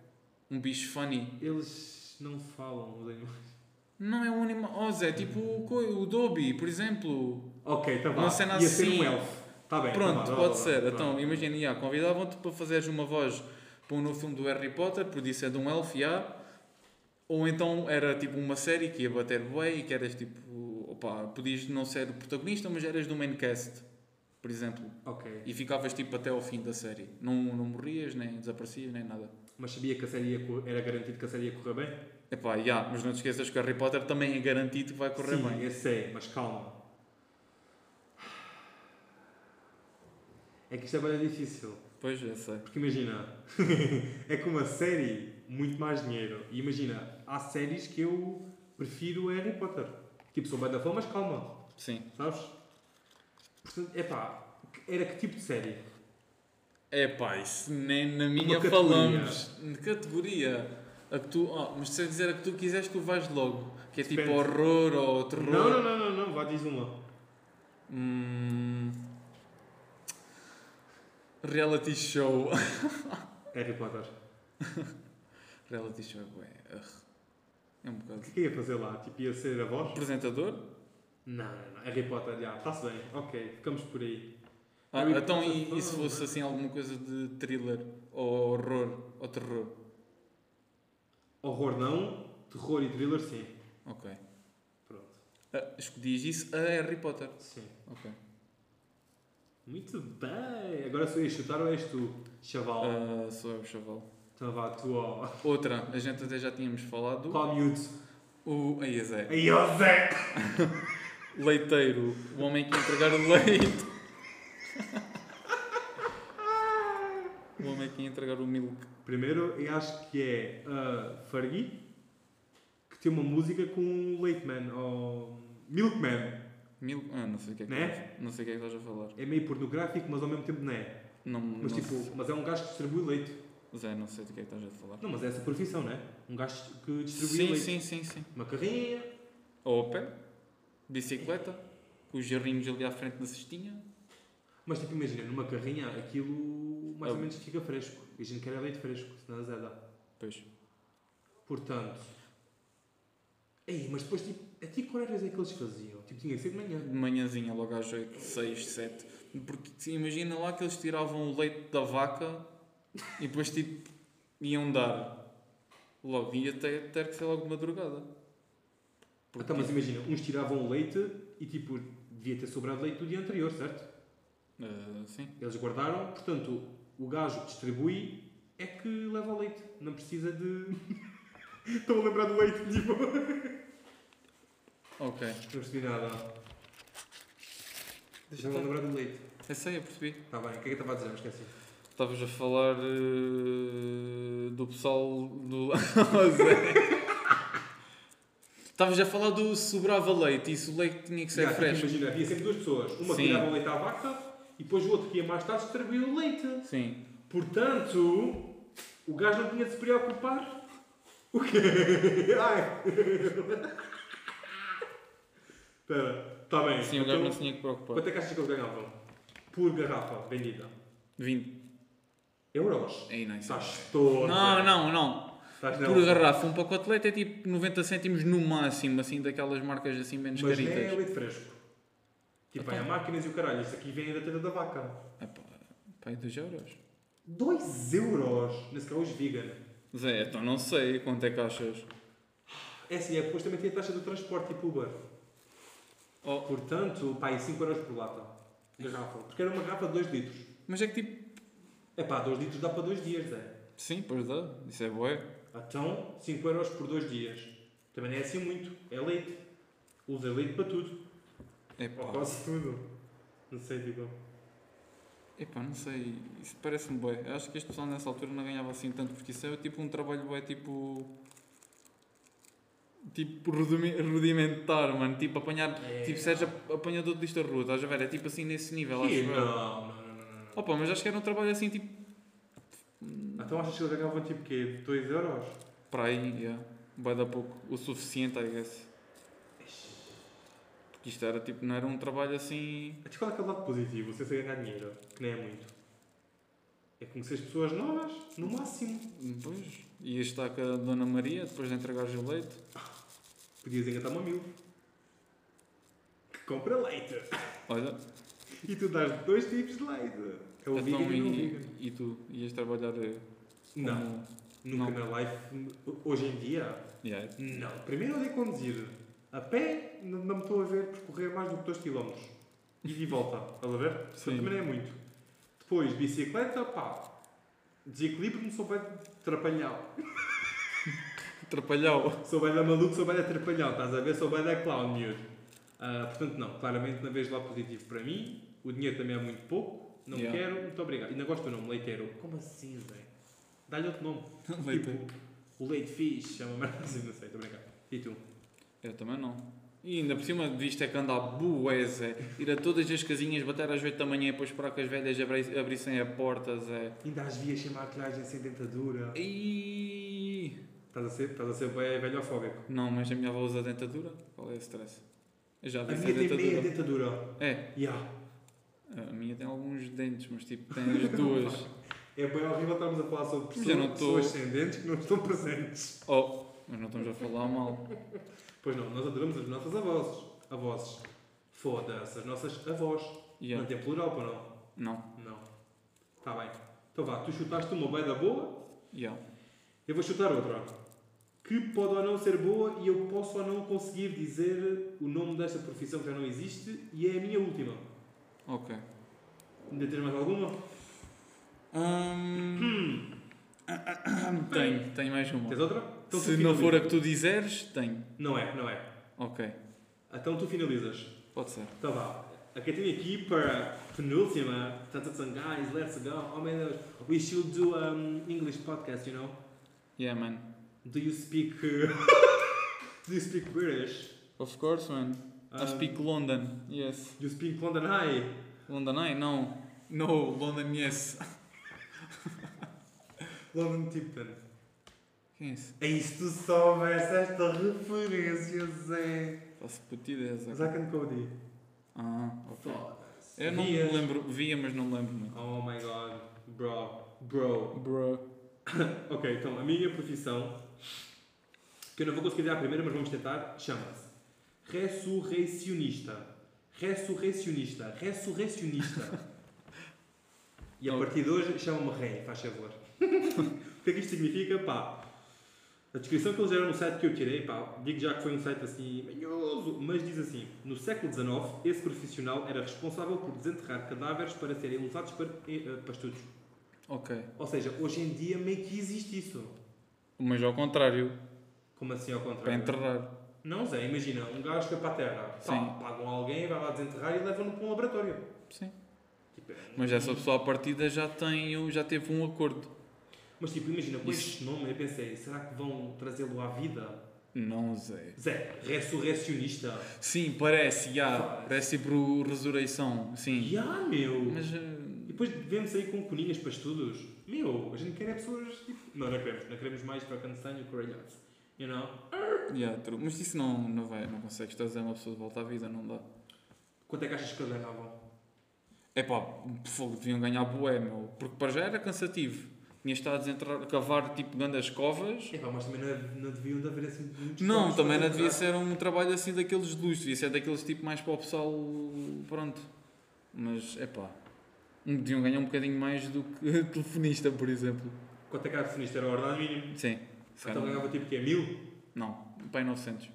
Um bicho funny? Eles não falam os animais. Não é um animal. Oh Zé, tipo o, coi- o Dobby, por exemplo. Ok, está bem. Uma cena Ia ser assim. um elfo. Está bem. tá Pronto, vá, vá, pode vá, ser. vá. então, imagina, já, convidavam-te para fazeres uma voz para um novo filme do Harry Potter, podia ser de um elfo, já. Ou então era tipo uma série que ia bater bué e que eras tipo. Opa, podias não ser o protagonista, mas eras do main cast, por exemplo. Ok. E ficavas tipo até ao fim da série. Não, não morrias, nem desaparecias, nem nada. Mas sabia que a série ia cor- era garantido que a série ia correr bem? Epá, já, mas não te esqueças que o Harry Potter também é garantido que vai correr Sim, bem. eu sei, mas calma. É que isto é bem difícil. Pois, eu sei. Porque imagina, é que uma série, muito mais dinheiro. E imagina, há séries que eu prefiro Harry Potter. Tipo, sou bem da fã, mas calma, Sim. sabes? Portanto, epá, era que tipo de série? Epá, isso nem na Uma minha categoria. falamos. De categoria. A que tu, ah, mas se eu dizer a que tu quiseres, tu vais logo. Que é tipo Depende. horror ou terror. Não, não, não, não, não, vá, diz uma. Hum, reality show. Harry Potter. reality show, é. ugh. É um O bocado. que é que ia fazer lá? Tipo, ia ser a voz? Apresentador? Não, não, não. Harry Potter, já, está-se bem. Ok, ficamos por aí. Ah, Harry então, Potter, e, e se não, fosse assim alguma coisa de thriller? Ou horror? Ou terror? Horror não, terror e thriller sim. Ok. Pronto, Ah, escolhias isso a Harry Potter. sim. Ok. Muito bem. Agora sou eu a chutar ou és tu, chaval? Ah, sou eu, chaval. Então vá, tu, ó. Outra, a gente até já tínhamos falado. Qual miúdo? O. Aí, Zé. Aí, ó Zé! Leiteiro. O homem que ia entregar o leite. o homem que ia entregar o milk. Primeiro, eu acho que é a Fergie, que tem uma música com Late Man, ou Milkman. Milk. Ah, não sei o que é que, Né? estás- não sei o que, é que estás a falar. É meio pornográfico, mas ao mesmo tempo não é. Não, Mas não tipo, mas é um gajo que distribui leite. Zé, não sei do que é que estás a falar. Não, mas é essa a profissão, não é? Um gajo que distribui Sim, leite. sim, sim, sim. Uma carrinha. Ou a pé. Bicicleta. Com os jarrinhos ali à frente da cestinha. Mas tipo, imagina, numa carrinha aquilo mais Ah. ou menos fica fresco. E a gente quer é leite fresco, senão Zé dá. Pois. Portanto. Ei, mas depois tipo, a ti que horários é que eles faziam? Tipo, tinha que ser de manhã. de manhãzinha, logo às 8, 6, 7. Porque se imagina lá que eles tiravam o leite da vaca e depois tipo iam dar. Logo, ia ter, ter que ser logo de madrugada. Porque, Então, mas imagina, uns tiravam leite e tipo, devia ter sobrado leite do dia anterior, certo? Ah, sim. Eles guardaram, portanto, o gajo que distribui é que leva o leite, não precisa de. Estão a lembrar do leite, tipo. Não Ok. percebi nada. Estão a lembrar do leite. Essa aí eu percebi. Está bem, o que é que eu estava a dizer? Me esqueci. Estavas a falar eh, do pessoal do. Oh, Zé. Estavas a falar do se sobrava leite e se o leite tinha que ser Já, tipo, é fresco. Imagina, havia sempre duas pessoas. Uma Sim. que tirava o leite à vaca e depois o outro que ia mais tarde distribuía o leite. Sim. Portanto, o gajo não tinha de se preocupar. O quê? Ai! Espera, está bem. Então, Sim, o gajo não se tinha que preocupar. Quanto é que achas que eles ganhavam? Por garrafa vendida? 20. Euros. Aí não, isso é- Estás todo. Não, não, não. Estás Por garrafa, um pacote de leite é tipo 90 cêntimos no máximo, assim, daquelas marcas assim menos Mas não é caritas. leite fresco. Tipo, Então. é a máquinas e o caralho. Isto aqui vem da teta da vaca. Epá, Pai, 2 é euros. 2 euros. Nesse caso, os vegan. Zé, então não sei quanto é que achas. É assim, é depois também tem a taxa do transporte, tipo Uber. Oh, Portanto, pá, 5 euros por lata. Garrafa. Porque era uma garrafa de 2 litros. mas é que tipo. É pá, 2 litros dá para 2 dias, é. Sim, pois dá. Isso é bué. Então, 5 euros por 2 dias. Também não é assim muito. É leite. Usa leite para tudo. Ou É Epá. tipo. quase tudo. Não sei, digo. Epá, não sei, isso parece-me bem. Acho que este pessoal nessa altura não ganhava assim tanto, porque isso é tipo um trabalho bem tipo. Tipo rudime- rudimentar, mano. Tipo apanhar. É, Tipo, seja apanhador de lista de rua, estás a ver? É tipo assim nesse nível, acho Que? eu. Não, não, não, não, não. Opa, mas acho que era um trabalho assim tipo. Então achas que eles ganhavam tipo quê? 2 euros? Para aí, yeah. vai dar pouco. O suficiente, I guess. Porque isto era tipo, não era um trabalho assim. Mas qual é aquele lado positivo? Você se ganhar dinheiro, que nem é muito. É conhecer as pessoas novas, no máximo. Pois. Ias estar com a Dona Maria depois de entregares o leite. Podias engatar uma mil. Que compra leite. Olha, E tu dás dois tipos de leite. É o vegan então, e o não e, vegan. e, tu ias trabalhar eh, como. Não, nunca não. na life, hoje em dia, Yeah. não. Primeiro eu dei conduzir. A pé, n- não me estou a ver percorrer mais do que 2 km. E de volta, estás a ver? Portanto, Sim. Também não é muito. Depois, bicicleta, pá. Desequilíbrio-me, sou bem trapalhão. Atrapalhau. Sou bem da maluco, sou bem da trapalhão, estás a ver? Sou bem da clown, miúdo. Ah, portanto, não, claramente não vejo lá positivo para mim. O dinheiro também é muito pouco. Não Yeah. quero, muito obrigado. Ainda gosto do nome, leiteiro. Como assim, Zé? Dá-lhe outro nome. Leite. Tipo, o leite fixe, chama merda assim, não sei, estou a brincar. E tu? Eu também não. E ainda por cima disto é que andar bué, Zé. é. Ir a todas as casinhas, bater às 8 da manhã e depois esperar que as velhas abri- abrissem é. a porta, Zé. Ainda às vias sem maquilhagem, sem dentadura. E... Estás a ser, estás a ser bem velhofóbico. Não, mas a minha avó usa dentadura. Qual é o stress? Eu já A disse a minha tem meia dentadura. dentadura. É, Yeah. a minha tem alguns dentes, mas tipo, tem as duas. É bem horrível estarmos a falar sobre Mas eu pessoas, não estou- pessoas sem dentes que não estão presentes. Oh, mas não estamos a falar mal. Pois não, nós adoramos as nossas avós. Avós. Foda-se, as nossas avós. Não Yeah. tem plural para não? Não, Não. Tá bem. Então vá, tu chutaste uma bem da boa, yeah. eu vou chutar outra. Que pode ou não ser boa e eu posso ou não conseguir dizer o nome desta profissão que já não existe e é a minha última. ok. Ainda tens mais alguma? Hum. Então, Tenho, tenho mais uma. Tens outra? Então tu Se não for a finalizas. que tu disseres, tenho. Não é, não é. Ok, Então tu finalizas. pode ser. Então vá. Aqui tem aqui para a penúltima. Tantan guys, let's go. Oh meu Deus. We should do um English podcast, you know? Yeah, man. Do you speak uh, Do you speak British? Of course, man. I Um, speak London. Yes. You speak London High. London, I? No. No, London, yes. London Tipton. Quem é esse? É isso tu soubesse esta referência, Zé. Faço putida, Zé. Zack and Cody. Ah, ok. Foda-se. Eu não me Vias. lembro, via, mas não me lembro muito. Oh my god. Bro. Bro. Bro. Ok, então a minha profissão, que eu não vou conseguir dar a primeira, mas vamos tentar, chama-se Ressurreicionista. Ressurreicionista. Ressurreicionista. e a Ok. partir de hoje chama-me Rei, faz favor. o que é que isto significa? Pá, a descrição que eles deram no site que eu tirei, pá, digo já que foi um site assim manhoso, mas diz assim: no século XIX, esse profissional era responsável por desenterrar cadáveres para serem usados para eh, eh, pasturos. Ok. Ou seja, hoje em dia meio que existe isso. Mas ao contrário, Como assim ao para contrário? enterrar. Não, Zé, imagina, um gajo que é para a terra. Pá, Sim. pagam alguém, vai lá desenterrar e levam-no para um laboratório. Sim. Tipo, é- Mas essa pessoa à partida já, tem, um- já teve um acordo. Mas tipo, imagina, com Isso. este nome eu pensei, será que vão trazê-lo à vida? Não sei. Zé, ressurrecionista. Sim, parece, já. Parece pro Resurreição, sim. Ya, meu! Mas. E eh, depois devemos sair com coninhas para estudos. Meu, a gente quer é pessoas tipo... Não, não queremos. Não queremos mais para Cantanho e Corelhados. You know? já, true. Mas isso não, não vai, não consegues trazer uma pessoa de volta à vida, não dá. Quanto é que achas que eles ganhavam? É pá, fogo, deviam ganhar bué, meu. Porque para já era cansativo. Tinhas estado a entrar, cavar tipo grandes covas. Epá, mas também não, não deviam de haver assim muitos Não, campos também para não devia entrar. ser um trabalho assim daqueles de luxo, devia ser daqueles tipo mais para o pessoal. Pronto. Mas é pá. Deviam ganhar um bocadinho mais do que telefonista, por exemplo. Quanto é que a telefonista era a ordem mínimo? Sim. se Então calhar- ganhava tipo que é mil? Não, pai 900.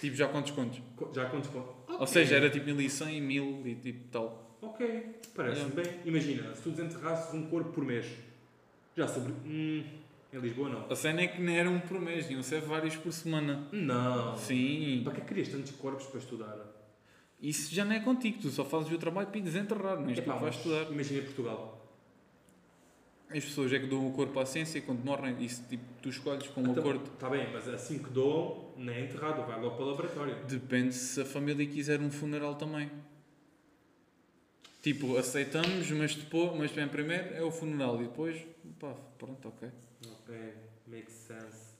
Tipo já com descontos. Co- Já com desconto. Ou seja, era tipo 1100, 1000 e tipo tal. Ok, parece-me É. bem. Imagina, se tu desenterrasses um corpo por mês, já sobre. Hum, em Lisboa não. A cena é que não era um por mês, iam ser vários por semana. Não. é Sim. Para que querias tantos corpos para estudar? Isso já não é contigo, tu só fazes o trabalho para ir desenterrar, não és tu Epá, que mas vais estudar. Imagina Portugal. As pessoas é que dão o corpo à ciência e quando morrem, isso tipo, tu escolhes com o Então, acordo. Está bem, mas assim que doam, nem é enterrado, vai logo para o laboratório. Depende se a família quiser um funeral também. Tipo, aceitamos, mas, depois, mas bem, primeiro é o funeral e depois, pá, pronto, ok. Ok, makes sense.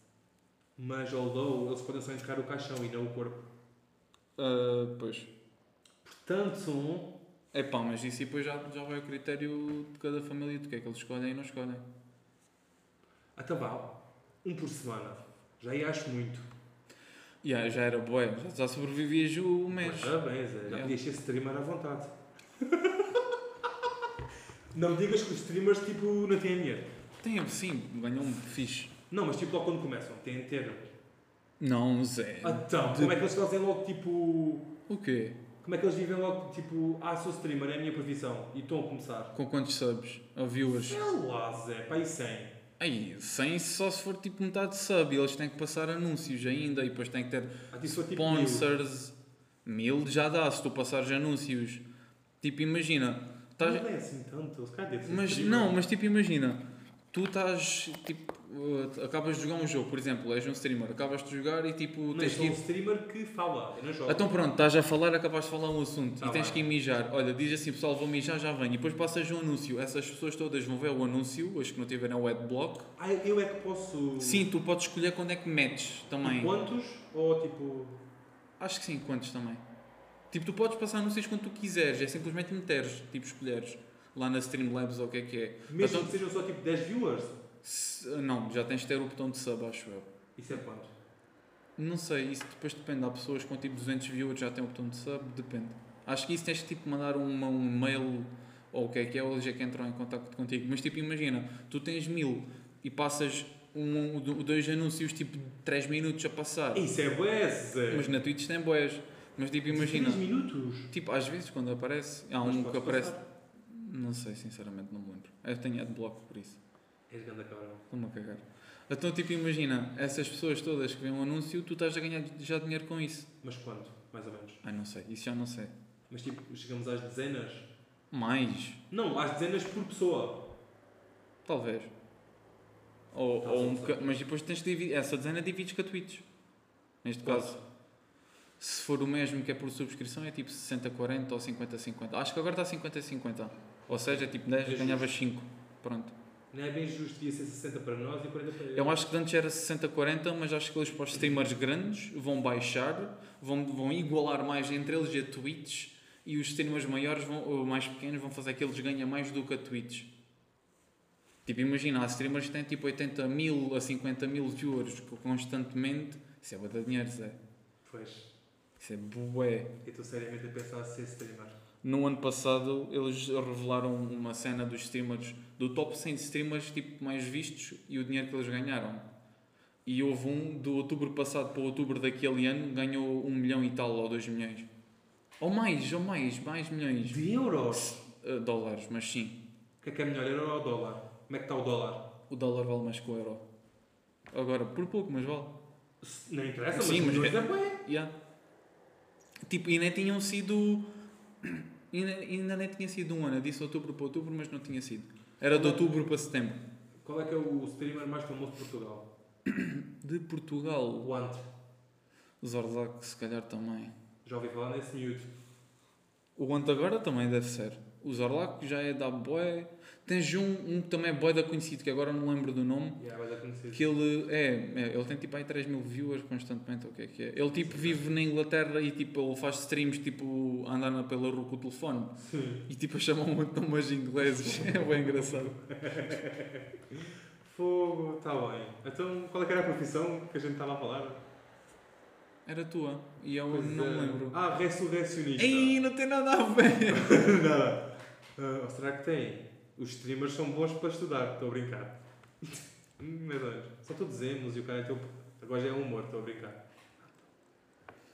Mas, although, eles podem só enterrar o caixão e não o corpo. Ah, pois. Portanto, um, É pá, mas isso e depois já, já vai ao critério de cada família, do que é que eles escolhem e não escolhem. até então vá, um por semana. Já aí acho muito. E aí já era boé, já, já sobrevivias o mês. Parabéns, é. já Yeah. podias ser streamer à vontade. não me digas que os streamers, tipo, não têm dinheiro. Tem, sim, ganhou um fixe. Não, mas tipo, logo quando começam, têm de ter. Não, Zé. Então, como é que eles fazem logo, tipo... O quê? Como é que eles vivem logo, tipo, ah, sou streamer, é a minha profissão, e estão a começar? Com quantos subs? Ou viewers? Sei lá, Zé, pá, e 100? Aí, sem só se for tipo metade de sub e eles têm que passar anúncios ainda e depois têm que ter Ah, isso foi tipo mil. sponsors. Mil. já dá se tu passares anúncios. Tipo, imagina. Estás, Não é assim tanto, se calhar deve ser Mas streamer. não, mas tipo, imagina, tu estás tipo. uh, acabas de jogar um jogo, por exemplo, és um streamer, acabas de jogar e tipo Não, eu tens sou que um ir. streamer que fala, eu não jogo. Então pronto, estás a falar, acabaste de falar um assunto Tá e tens bem. que ir mijar. Olha, diz assim pessoal, vou mijar, já venho. E depois passas um anúncio. Essas pessoas todas vão ver o anúncio, as que não tiverem o adblock. Ah, eu é que posso... Sim, tu podes escolher quando é que metes também. Quantos? Ou tipo... Acho que sim, quantos também. Tipo, tu podes passar anúncios quando tu quiseres, é simplesmente meteres, tipo, escolheres. Lá na Streamlabs ou o que é que é. Mesmo Então- que sejam só tipo 10 viewers? Se- não, já tens de ter o botão de sub, acho eu. Isso é quanto? Não sei, isso depois depende. Há pessoas com tipo 200 viewers já têm o botão de sub, depende. Acho que isso tens que tipo mandar uma, um mail ou o que é que é, eles é que entram em contato contigo. Mas tipo, imagina, tu tens mil e passas um, do- dois anúncios tipo 3 minutos a passar. Isso é bué, Zé. Mas na Twitch tem boés. Mas tipo, imagina, 3 minutos? tipo, às vezes quando aparece, há Mas um que podes aparece. passar. Não sei, sinceramente, não me lembro. Eu tenho adblock por isso. És ganda cabrão. Estou-me a cagar. Então, tipo, imagina, essas pessoas todas que veem um anúncio, tu estás a ganhar já dinheiro com isso. Mas quanto? Mais ou menos. Ai, não sei, isso já não sei. Mas tipo, chegamos às dezenas? Mais, Não, às dezenas por pessoa. talvez. Ou, Tá, ou sim, um sim. boca- Mas depois tens de dividir. Essa dezena divides com a Twitch. Neste caso. Se for o mesmo que é por subscrição, é tipo 60-40 ou 50-50. Acho que agora está 50-50. Ou seja, tipo 10, é Justo. ganhavas 5. Pronto. Não é bem justo, devia ser 60 para nós e 40 para eles. Eu acho que antes era 60-40, mas acho que eles para os streamers grandes vão baixar, vão, vão igualar mais entre eles e a Twitch e os streamers maiores, vão, ou mais pequenos, vão fazer que eles ganhem mais do que a Twitch. Tipo, imagina, há streamers que têm tipo 80 mil a 50 mil viewers constantemente. Isso é bué de dinheiro, Zé. Pois, Isso é bué. eu estou seriamente a pensar em ser streamer. No ano passado, eles revelaram uma cena dos streamers, do top 100 streamers tipo, mais vistos e o dinheiro que eles ganharam. E houve um, do outubro passado para outubro daquele ano, ganhou 1 milhão e tal, ou 2 milhões. Ou mais, ou mais, mais milhões. De euros? Eh, dólares, mas sim. O que é que é melhor, euro ou dólar? Como é que está o dólar? O dólar vale mais que o euro. Agora, por pouco, mas vale. Se- Não interessa, mas, Sim, mas- dois é bué. Yeah. Tipo, e nem tinham sido... Ainda, ainda nem tinha sido um ano. Eu disse outubro para outubro, mas não tinha sido. Era de outubro para setembro. Qual é que é o streamer mais famoso de Portugal? De Portugal, O Ant. Zorlac se calhar também. Já ouvi falar nesse miúdo. O Ant agora também deve ser. O Zorlac já é da boé. Tens um, um que também é boé da conhecido, que agora não lembro do nome. Yeah, vai dar conhecido. Que ele é, é, ele tem tipo aí 3 mil viewers constantemente, ou o que é que é. Ele tipo vive na Inglaterra e tipo ele faz streams tipo andar na- pela rua com o telefone Sim. e tipo a chamam muito de nomes ingleses. É bem engraçado. Fogo, está bem. Então, qual é que era a profissão que a gente estava a falar? Era tua e eu Pois não é. me lembro. Ah, ressurrecionista. Ei, não tem nada a ver. Nada. Ah, ou será que tem? Os streamers são bons para estudar, estou a brincar. Meu Deus, só tu dizemos e o cara é teu. Agora já é humor, estou a brincar.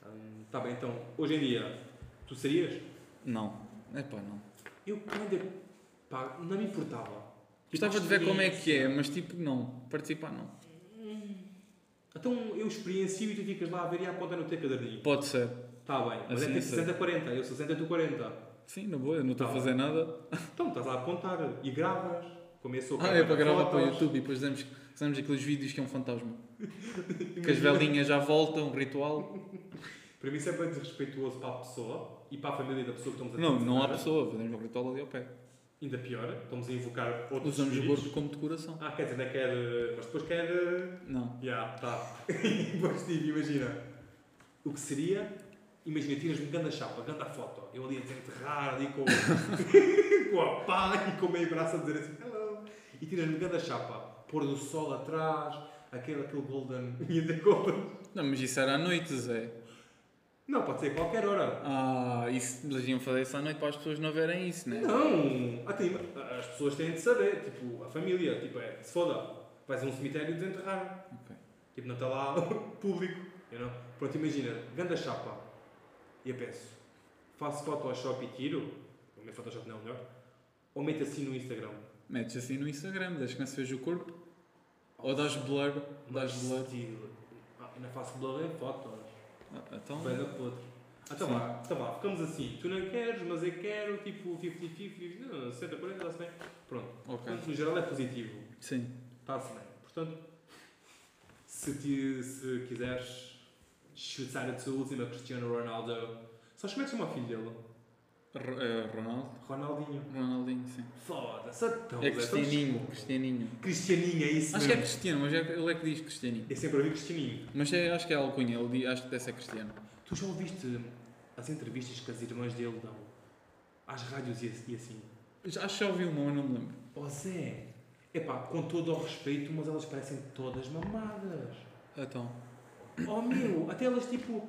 Hum, tá bem, então, hoje em dia, tu serias? Não, é pá, não. Eu ainda. pá, não me importava. Gostava de ver como é que é, mas tipo, não. Participar não. Então eu experiencio e tu ficas lá a ver e a apontar no teu caderninho. Pode ser. Está bem, mas Assim, é sim. tipo 60-40, eu 60 e tu 40. Sim, na boa, eu não estou a Tá. fazer nada. Então estás a apontar e gravas. Começou Ah, é para gravar para o YouTube e depois damos, fazemos aqueles vídeos que é um fantasma. Que as velhinhas já voltam, um ritual. Para mim sempre é desrespeituoso para a pessoa e para a família da pessoa que estamos a Não, não há telefonar. pessoa, fazemos um ritual ali ao pé. Ainda pior, estamos a invocar outros Usamos o espíritos. gordo como decoração. Ah, quer dizer, não é que é de- Mas depois quer... eh, de- Não. Ya, tá. Depois tipo, imagina. O que seria... Imagina, tiras-me grande chapa, grande foto. Eu ali a desenterrar, ali com, com a pá e com o meio braço a dizer assim, hello. E tiras-me grande chapa. Pôr do sol atrás, aquele, aquele golden... Ia dizer golden. Não, mas isso era à noite, Zé. Não, pode ser a qualquer hora. Ah, isso, eles iam fazer isso à noite para as pessoas não verem isso, né? Não! Ah, tem- as pessoas têm de saber, tipo, a família, tipo, é, se foda, vais a um cemitério desenterrar. Ok. Tipo, não está lá público, you know? Pronto, imagina, ganda chapa. E eu penso, faço Photoshop e tiro, o meu Photoshop não é o melhor, ou meto assim no Instagram. Metes assim no Instagram, deixa que não se veja o corpo. Ou dás blur, dás Mas blur. estilo. Ah, ainda faço blur em fotos. Ah, então, Vai da podre. Ah, tá Sim. vá, tá vá, ficamos assim. Tu não queres, mas eu quero, tipo, 50-50, não, 60-40, está-se bem. Pronto. ok. Portanto, no geral é positivo. Sim. Está-se Tá bem. Portanto, se, ti- se quiseres chutar a tua última Cristiano Ronaldo, sabes como é que se chama o filho dele? R- eh, Ronaldo? Ronaldinho. Ronaldinho, sim. Foda-se, então. É Zé, estamos- Cristianinho, Cristianinho. Cristianinho, é isso Acho que é mesmo. Cristiano, mas é, ele é que diz Cristianinho. Eu sempre ouvi Cristianinho. Mas é, acho que é alcunha, ele diz, acho que deve ser Cristiano. Tu já ouviste as entrevistas que as irmãs dele dão às rádios e, e assim? Já- Acho que já ouvi uma, mas não me lembro. Oh Zé, epá, com todo o respeito, mas elas parecem todas mamadas. Então, Oh meu, até elas tipo.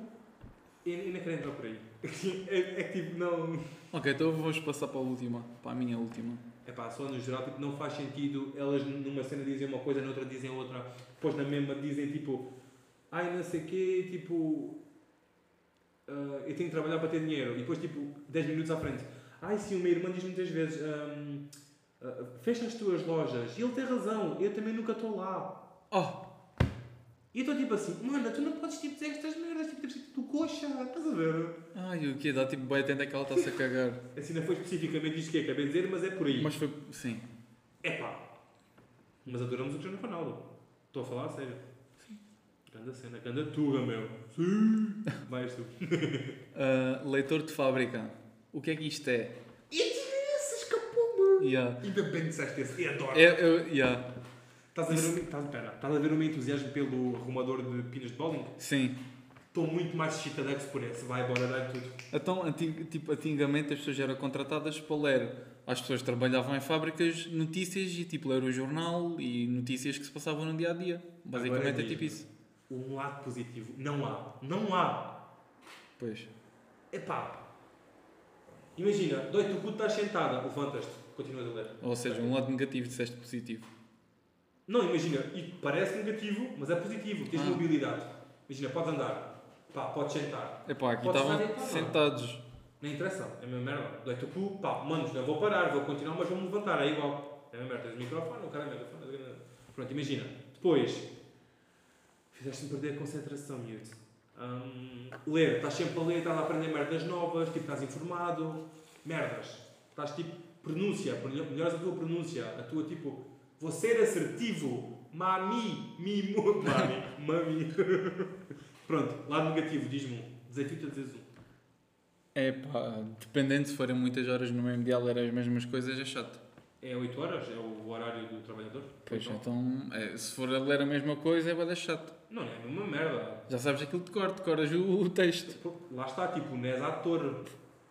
Eu, eu não quero entrar por aí. É, é que tipo, não. ok, então vamos passar para a última, para a minha última. É pá, só no geral, tipo, não faz sentido elas numa cena dizem uma coisa, noutra dizem outra, depois na mesma dizem tipo, ai não sei quê, tipo, ah, eu tenho que trabalhar para ter dinheiro, e depois tipo, 10 minutos à frente, ai sim, uma irmã diz muitas vezes, ahm, ah, fecha as tuas lojas, e ele tem razão, eu também nunca estou lá. Oh, E eu estou tipo assim, mano, tu não podes tipo, dizer estas merdas, tipo, tens que tu coxa, estás a ver? ai, o quê? Dá tipo bem atento é que ela está-se a cagar. Assim não foi especificamente isto que eu acabei de dizer, mas é por aí. Mas foi, sim. Epá! Mas adoramos o Cristiano Ronaldo. Estou a falar a sério. Ganda cena, ganda tuga, meu. Sim! Vais tu. Ah, leitor de fábrica. O que é que isto é? E esse escapou, meu! Yeah. Ainda bem que disseste esse, eu adoro! É, eu, yeah. Estás a ver um, estás, pera, estás a ver o meu entusiasmo pelo arrumador de pinos de bowling? Sim. Estou muito mais excitadex por esse, vai embora, dá tudo. Então, antig- tipo, antigamente as pessoas eram contratadas para ler. As pessoas trabalhavam em fábricas, notícias e tipo ler o jornal e notícias que se passavam no dia a dia. Basicamente é Agora tipo diz-me. isso. Um lado positivo, não há. Não há! Pois. Epá! Imagina, dói-te o cu, estás sentada, levantas-te, continuas a ler. Ou seja, um lado negativo disseste positivo. Não, imagina, e parece negativo, mas é positivo, tens Ah. mobilidade. Imagina, podes andar, pá, podes sentar, Epá, aqui Podes estavam estar deitado. sentados. não interessa, é a mesma merda. Dói-te o cu, pá, manos, não vou parar, vou continuar, mas vou-me levantar, é igual. É a mesma merda, tens o microfone, o cara é megafone, é grande. Pronto, imagina, depois, fizeste-me perder a concentração, miúdo. Hum, ler, estás sempre a ler, estás a aprender merdas novas, tipo, estás informado, merdas. Estás tipo, pronúncia, melhor- melhoras a tua pronúncia, a tua tipo, vou ser assertivo, mami, mimo, mami, mami. Pronto, lado negativo, diz-me um, desafio-te a dizeres um. Epá, dependendo se forem muitas horas no mesmo dia a ler as mesmas coisas é chato. É 8 horas? É o horário do trabalhador? Pois, Então, então, é, se for a ler a mesma coisa é bada chato. Não, é uma merda. Já sabes aquilo de cor, decoras o, o texto. Lá está, tipo, não és ator.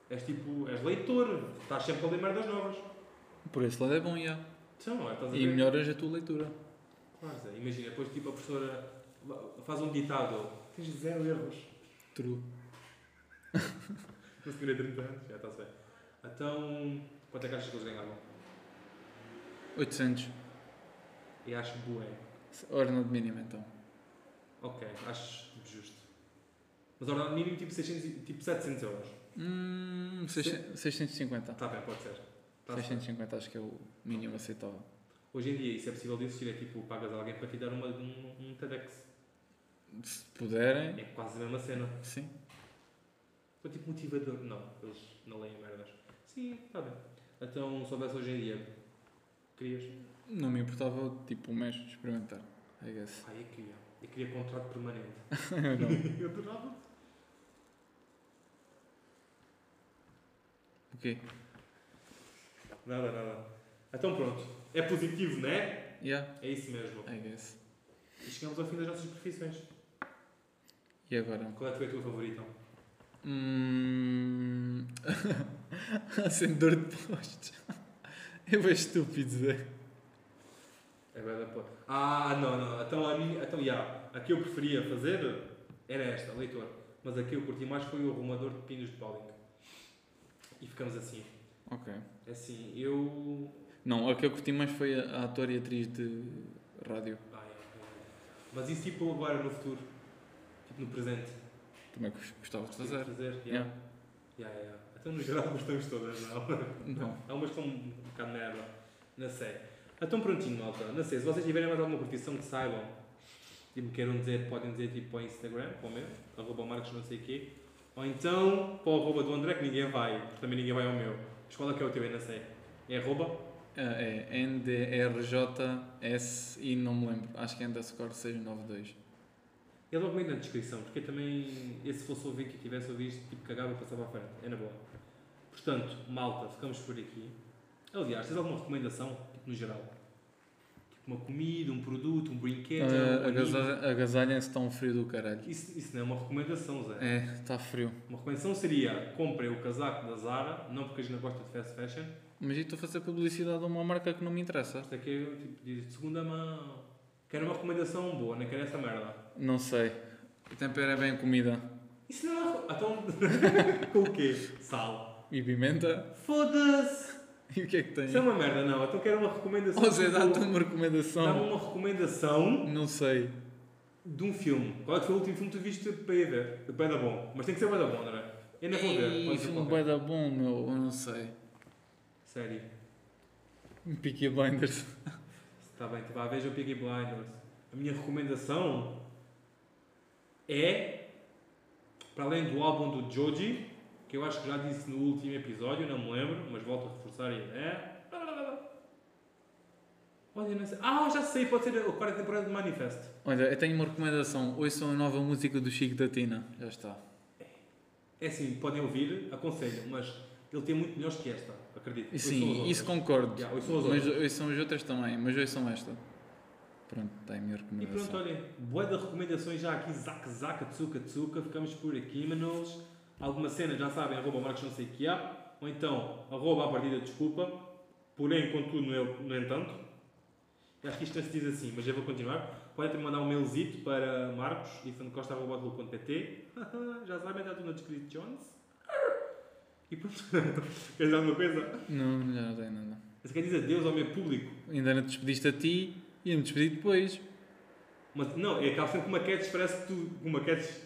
És tipo, és leitor. Estás sempre a ler merdas novas. Por esse lado é bom, já. Então, é, estás a E ver? melhoras a tua leitura. Claro, Zé. Imagina, depois tipo a professora faz um ditado. Tens zero erros. True. No senhor é 30 anos, já está-se bem. Então, quanto é que achas que eles ganhavam? 800. Eu acho bué. Ordenado mínimo, então. Ok, acho justo. Mas a ordem mínimo tipo, 600, e- tipo 700 euros. Hum, 600 650. Está bem, pode ser. Tá Tá-se bem. 650 acho que é o mínimo aceitável. Hoje em dia, isso é possível de existir, é tipo, pagas alguém para te dar uma, um, um TEDx. Se puderem, É quase a mesma cena. sim. Foi tipo motivador. Não, eles não leem merdas. Sim, está bem. Então, se houvesse hoje em dia, querias? Não me importava, tipo, um mês experimentar. I guess. Pá, eu queria. Eu queria contrato permanente. Não. eu adorava. O quê? Nada, nada. Então pronto. É positivo, não é? Yeah, É isso mesmo. I guess. E chegamos ao fim das nossas profissões. E agora? Qual é que foi a tua favorita? Hum... Acendedor de postes. É bem estúpido, Zé. É bem da porra. Ah, não, não. Então, a minha, então, já. A que eu preferia fazer era esta, leitor. Mas a que eu curti mais foi o arrumador de pinos de bowling. E ficamos assim. Ok. Assim, eu... Não, a que eu curti mais foi a a ator e atriz de rádio. Ah, é, é. Mas isso tipo agora, no futuro. Tipo no presente. Também gos- gostava de Tipo, fazer. Fazer, já. Yeah. Já, já. Então, no geral, gostamos todas, não? Não. Há umas que são um bocado merda. Não sei. Então prontinho, malta. Não sei, se vocês tiverem mais alguma profissão que saibam e me queiram dizer, podem dizer tipo para o Instagram, para o meu, arroba Marcos não sei quê. Ou então para o arroba do André, que ninguém vai, porque também ninguém vai ao meu. Mas qual é que é o teu? Eu não sei. É arroba? Ah, é NDRJS e não me lembro. Acho que é underscore 692. É logo meio na descrição, porque eu também, eu se fosse ouvir que tivesse ouvido, isto, tipo cagava e passava à frente. É na boa. Portanto, malta, ficamos por aqui. Aliás, tens alguma recomendação, tipo no geral? Tipo uma comida, um produto, um brinquedo? um Ah, anime? agasalha- Agasalhem-se está um frio do caralho. Isso, isso não é uma recomendação, Zé. É, está frio. Uma recomendação seria comprem o casaco da Zara, não porque a gente não gosta de fast fashion, Mas e tu fazer publicidade a uma marca que não me interessa? mas é que eu tipo, diz de segunda mão. Quero uma recomendação boa, não quero essa merda. Não sei. Tempera bem a comida. Isso não é uma. Ah, Então. Com o quê? Sal. E pimenta? Foda-se! E o que é que tem? Isso é uma merda, não. Então quero uma recomendação. Ou Zé, tipo, dá-te uma dá-me um- recomendação. uma recomendação Não sei. de um filme. Qual é que foi o último filme que tu viste para ir ver? Bem da bom. Mas tem que ser bem da bom, não é? Eu não vou ver. Ih, Pode ser qualquer. filme é um bué da bom, meu. Eu não sei. Sério. Peaky Blinders. Está bem, então vá, veja o Piggy Blinders. A minha recomendação é, para além do álbum do Joji, que eu acho que já disse no último episódio, não me lembro, mas volto a reforçar e é... Olha, não sei. Ah, já sei, pode ser a quarta temporada de Manifest. Olha, eu tenho uma recomendação. Ouçam a nova música do Chico da Tina. Já está. É assim, podem ouvir, aconselho, mas ele tem muito melhores que esta, acredito. E Ouçam as Sim, outras. isso concordo. Já, ouçam as mas outras. ouçam as outras também. Mas ouçam esta. Pronto, está a minha E recomendação. pronto, olhem, boa de recomendações já aqui, zac, zac, tsuka, tsuka, ficamos por aqui, manos. Alguma cena, já sabem, arroba Marcos não sei que há, ou então, arroba a partida, desculpa, porém, contudo, no, en- no entanto, Eu acho que isto não se diz assim, mas eu vou continuar. Podem também mandar um mailzito para marcos.costa.pt Já sabem, está tudo na descrição. E pronto, quer dizer alguma coisa? Não, não, não tem nada. Mas quer dizer adeus ao meu público. Ainda não te despediste a ti e eu me despedi depois. Mas não, é que há sempre uma catchphrase que tu... Uma catchphrase?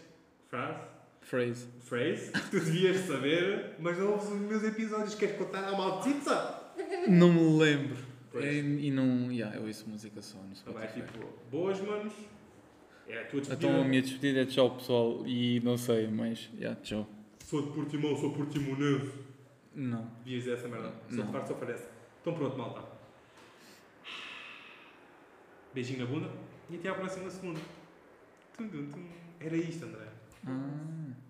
Phrase. phrase que tu devias saber, mas não ouves os meus episódios. Queres contar à maldita? Não me lembro. Pois. É, e não. Yeah, eu ouço música só no Não Spotify. é tipo, boas manos. É a tua despedida. Então a minha despedida é tchau pessoal e não sei, mas yeah, tchau. Sou de Portimão, sou portimonense. Não. Devias dizer essa merda. Sou de Não. farto, sou parece. Então pronto, malta. Beijinho na bunda e até à próxima segunda. Tum, tum, tum. Era isto, André. Ah.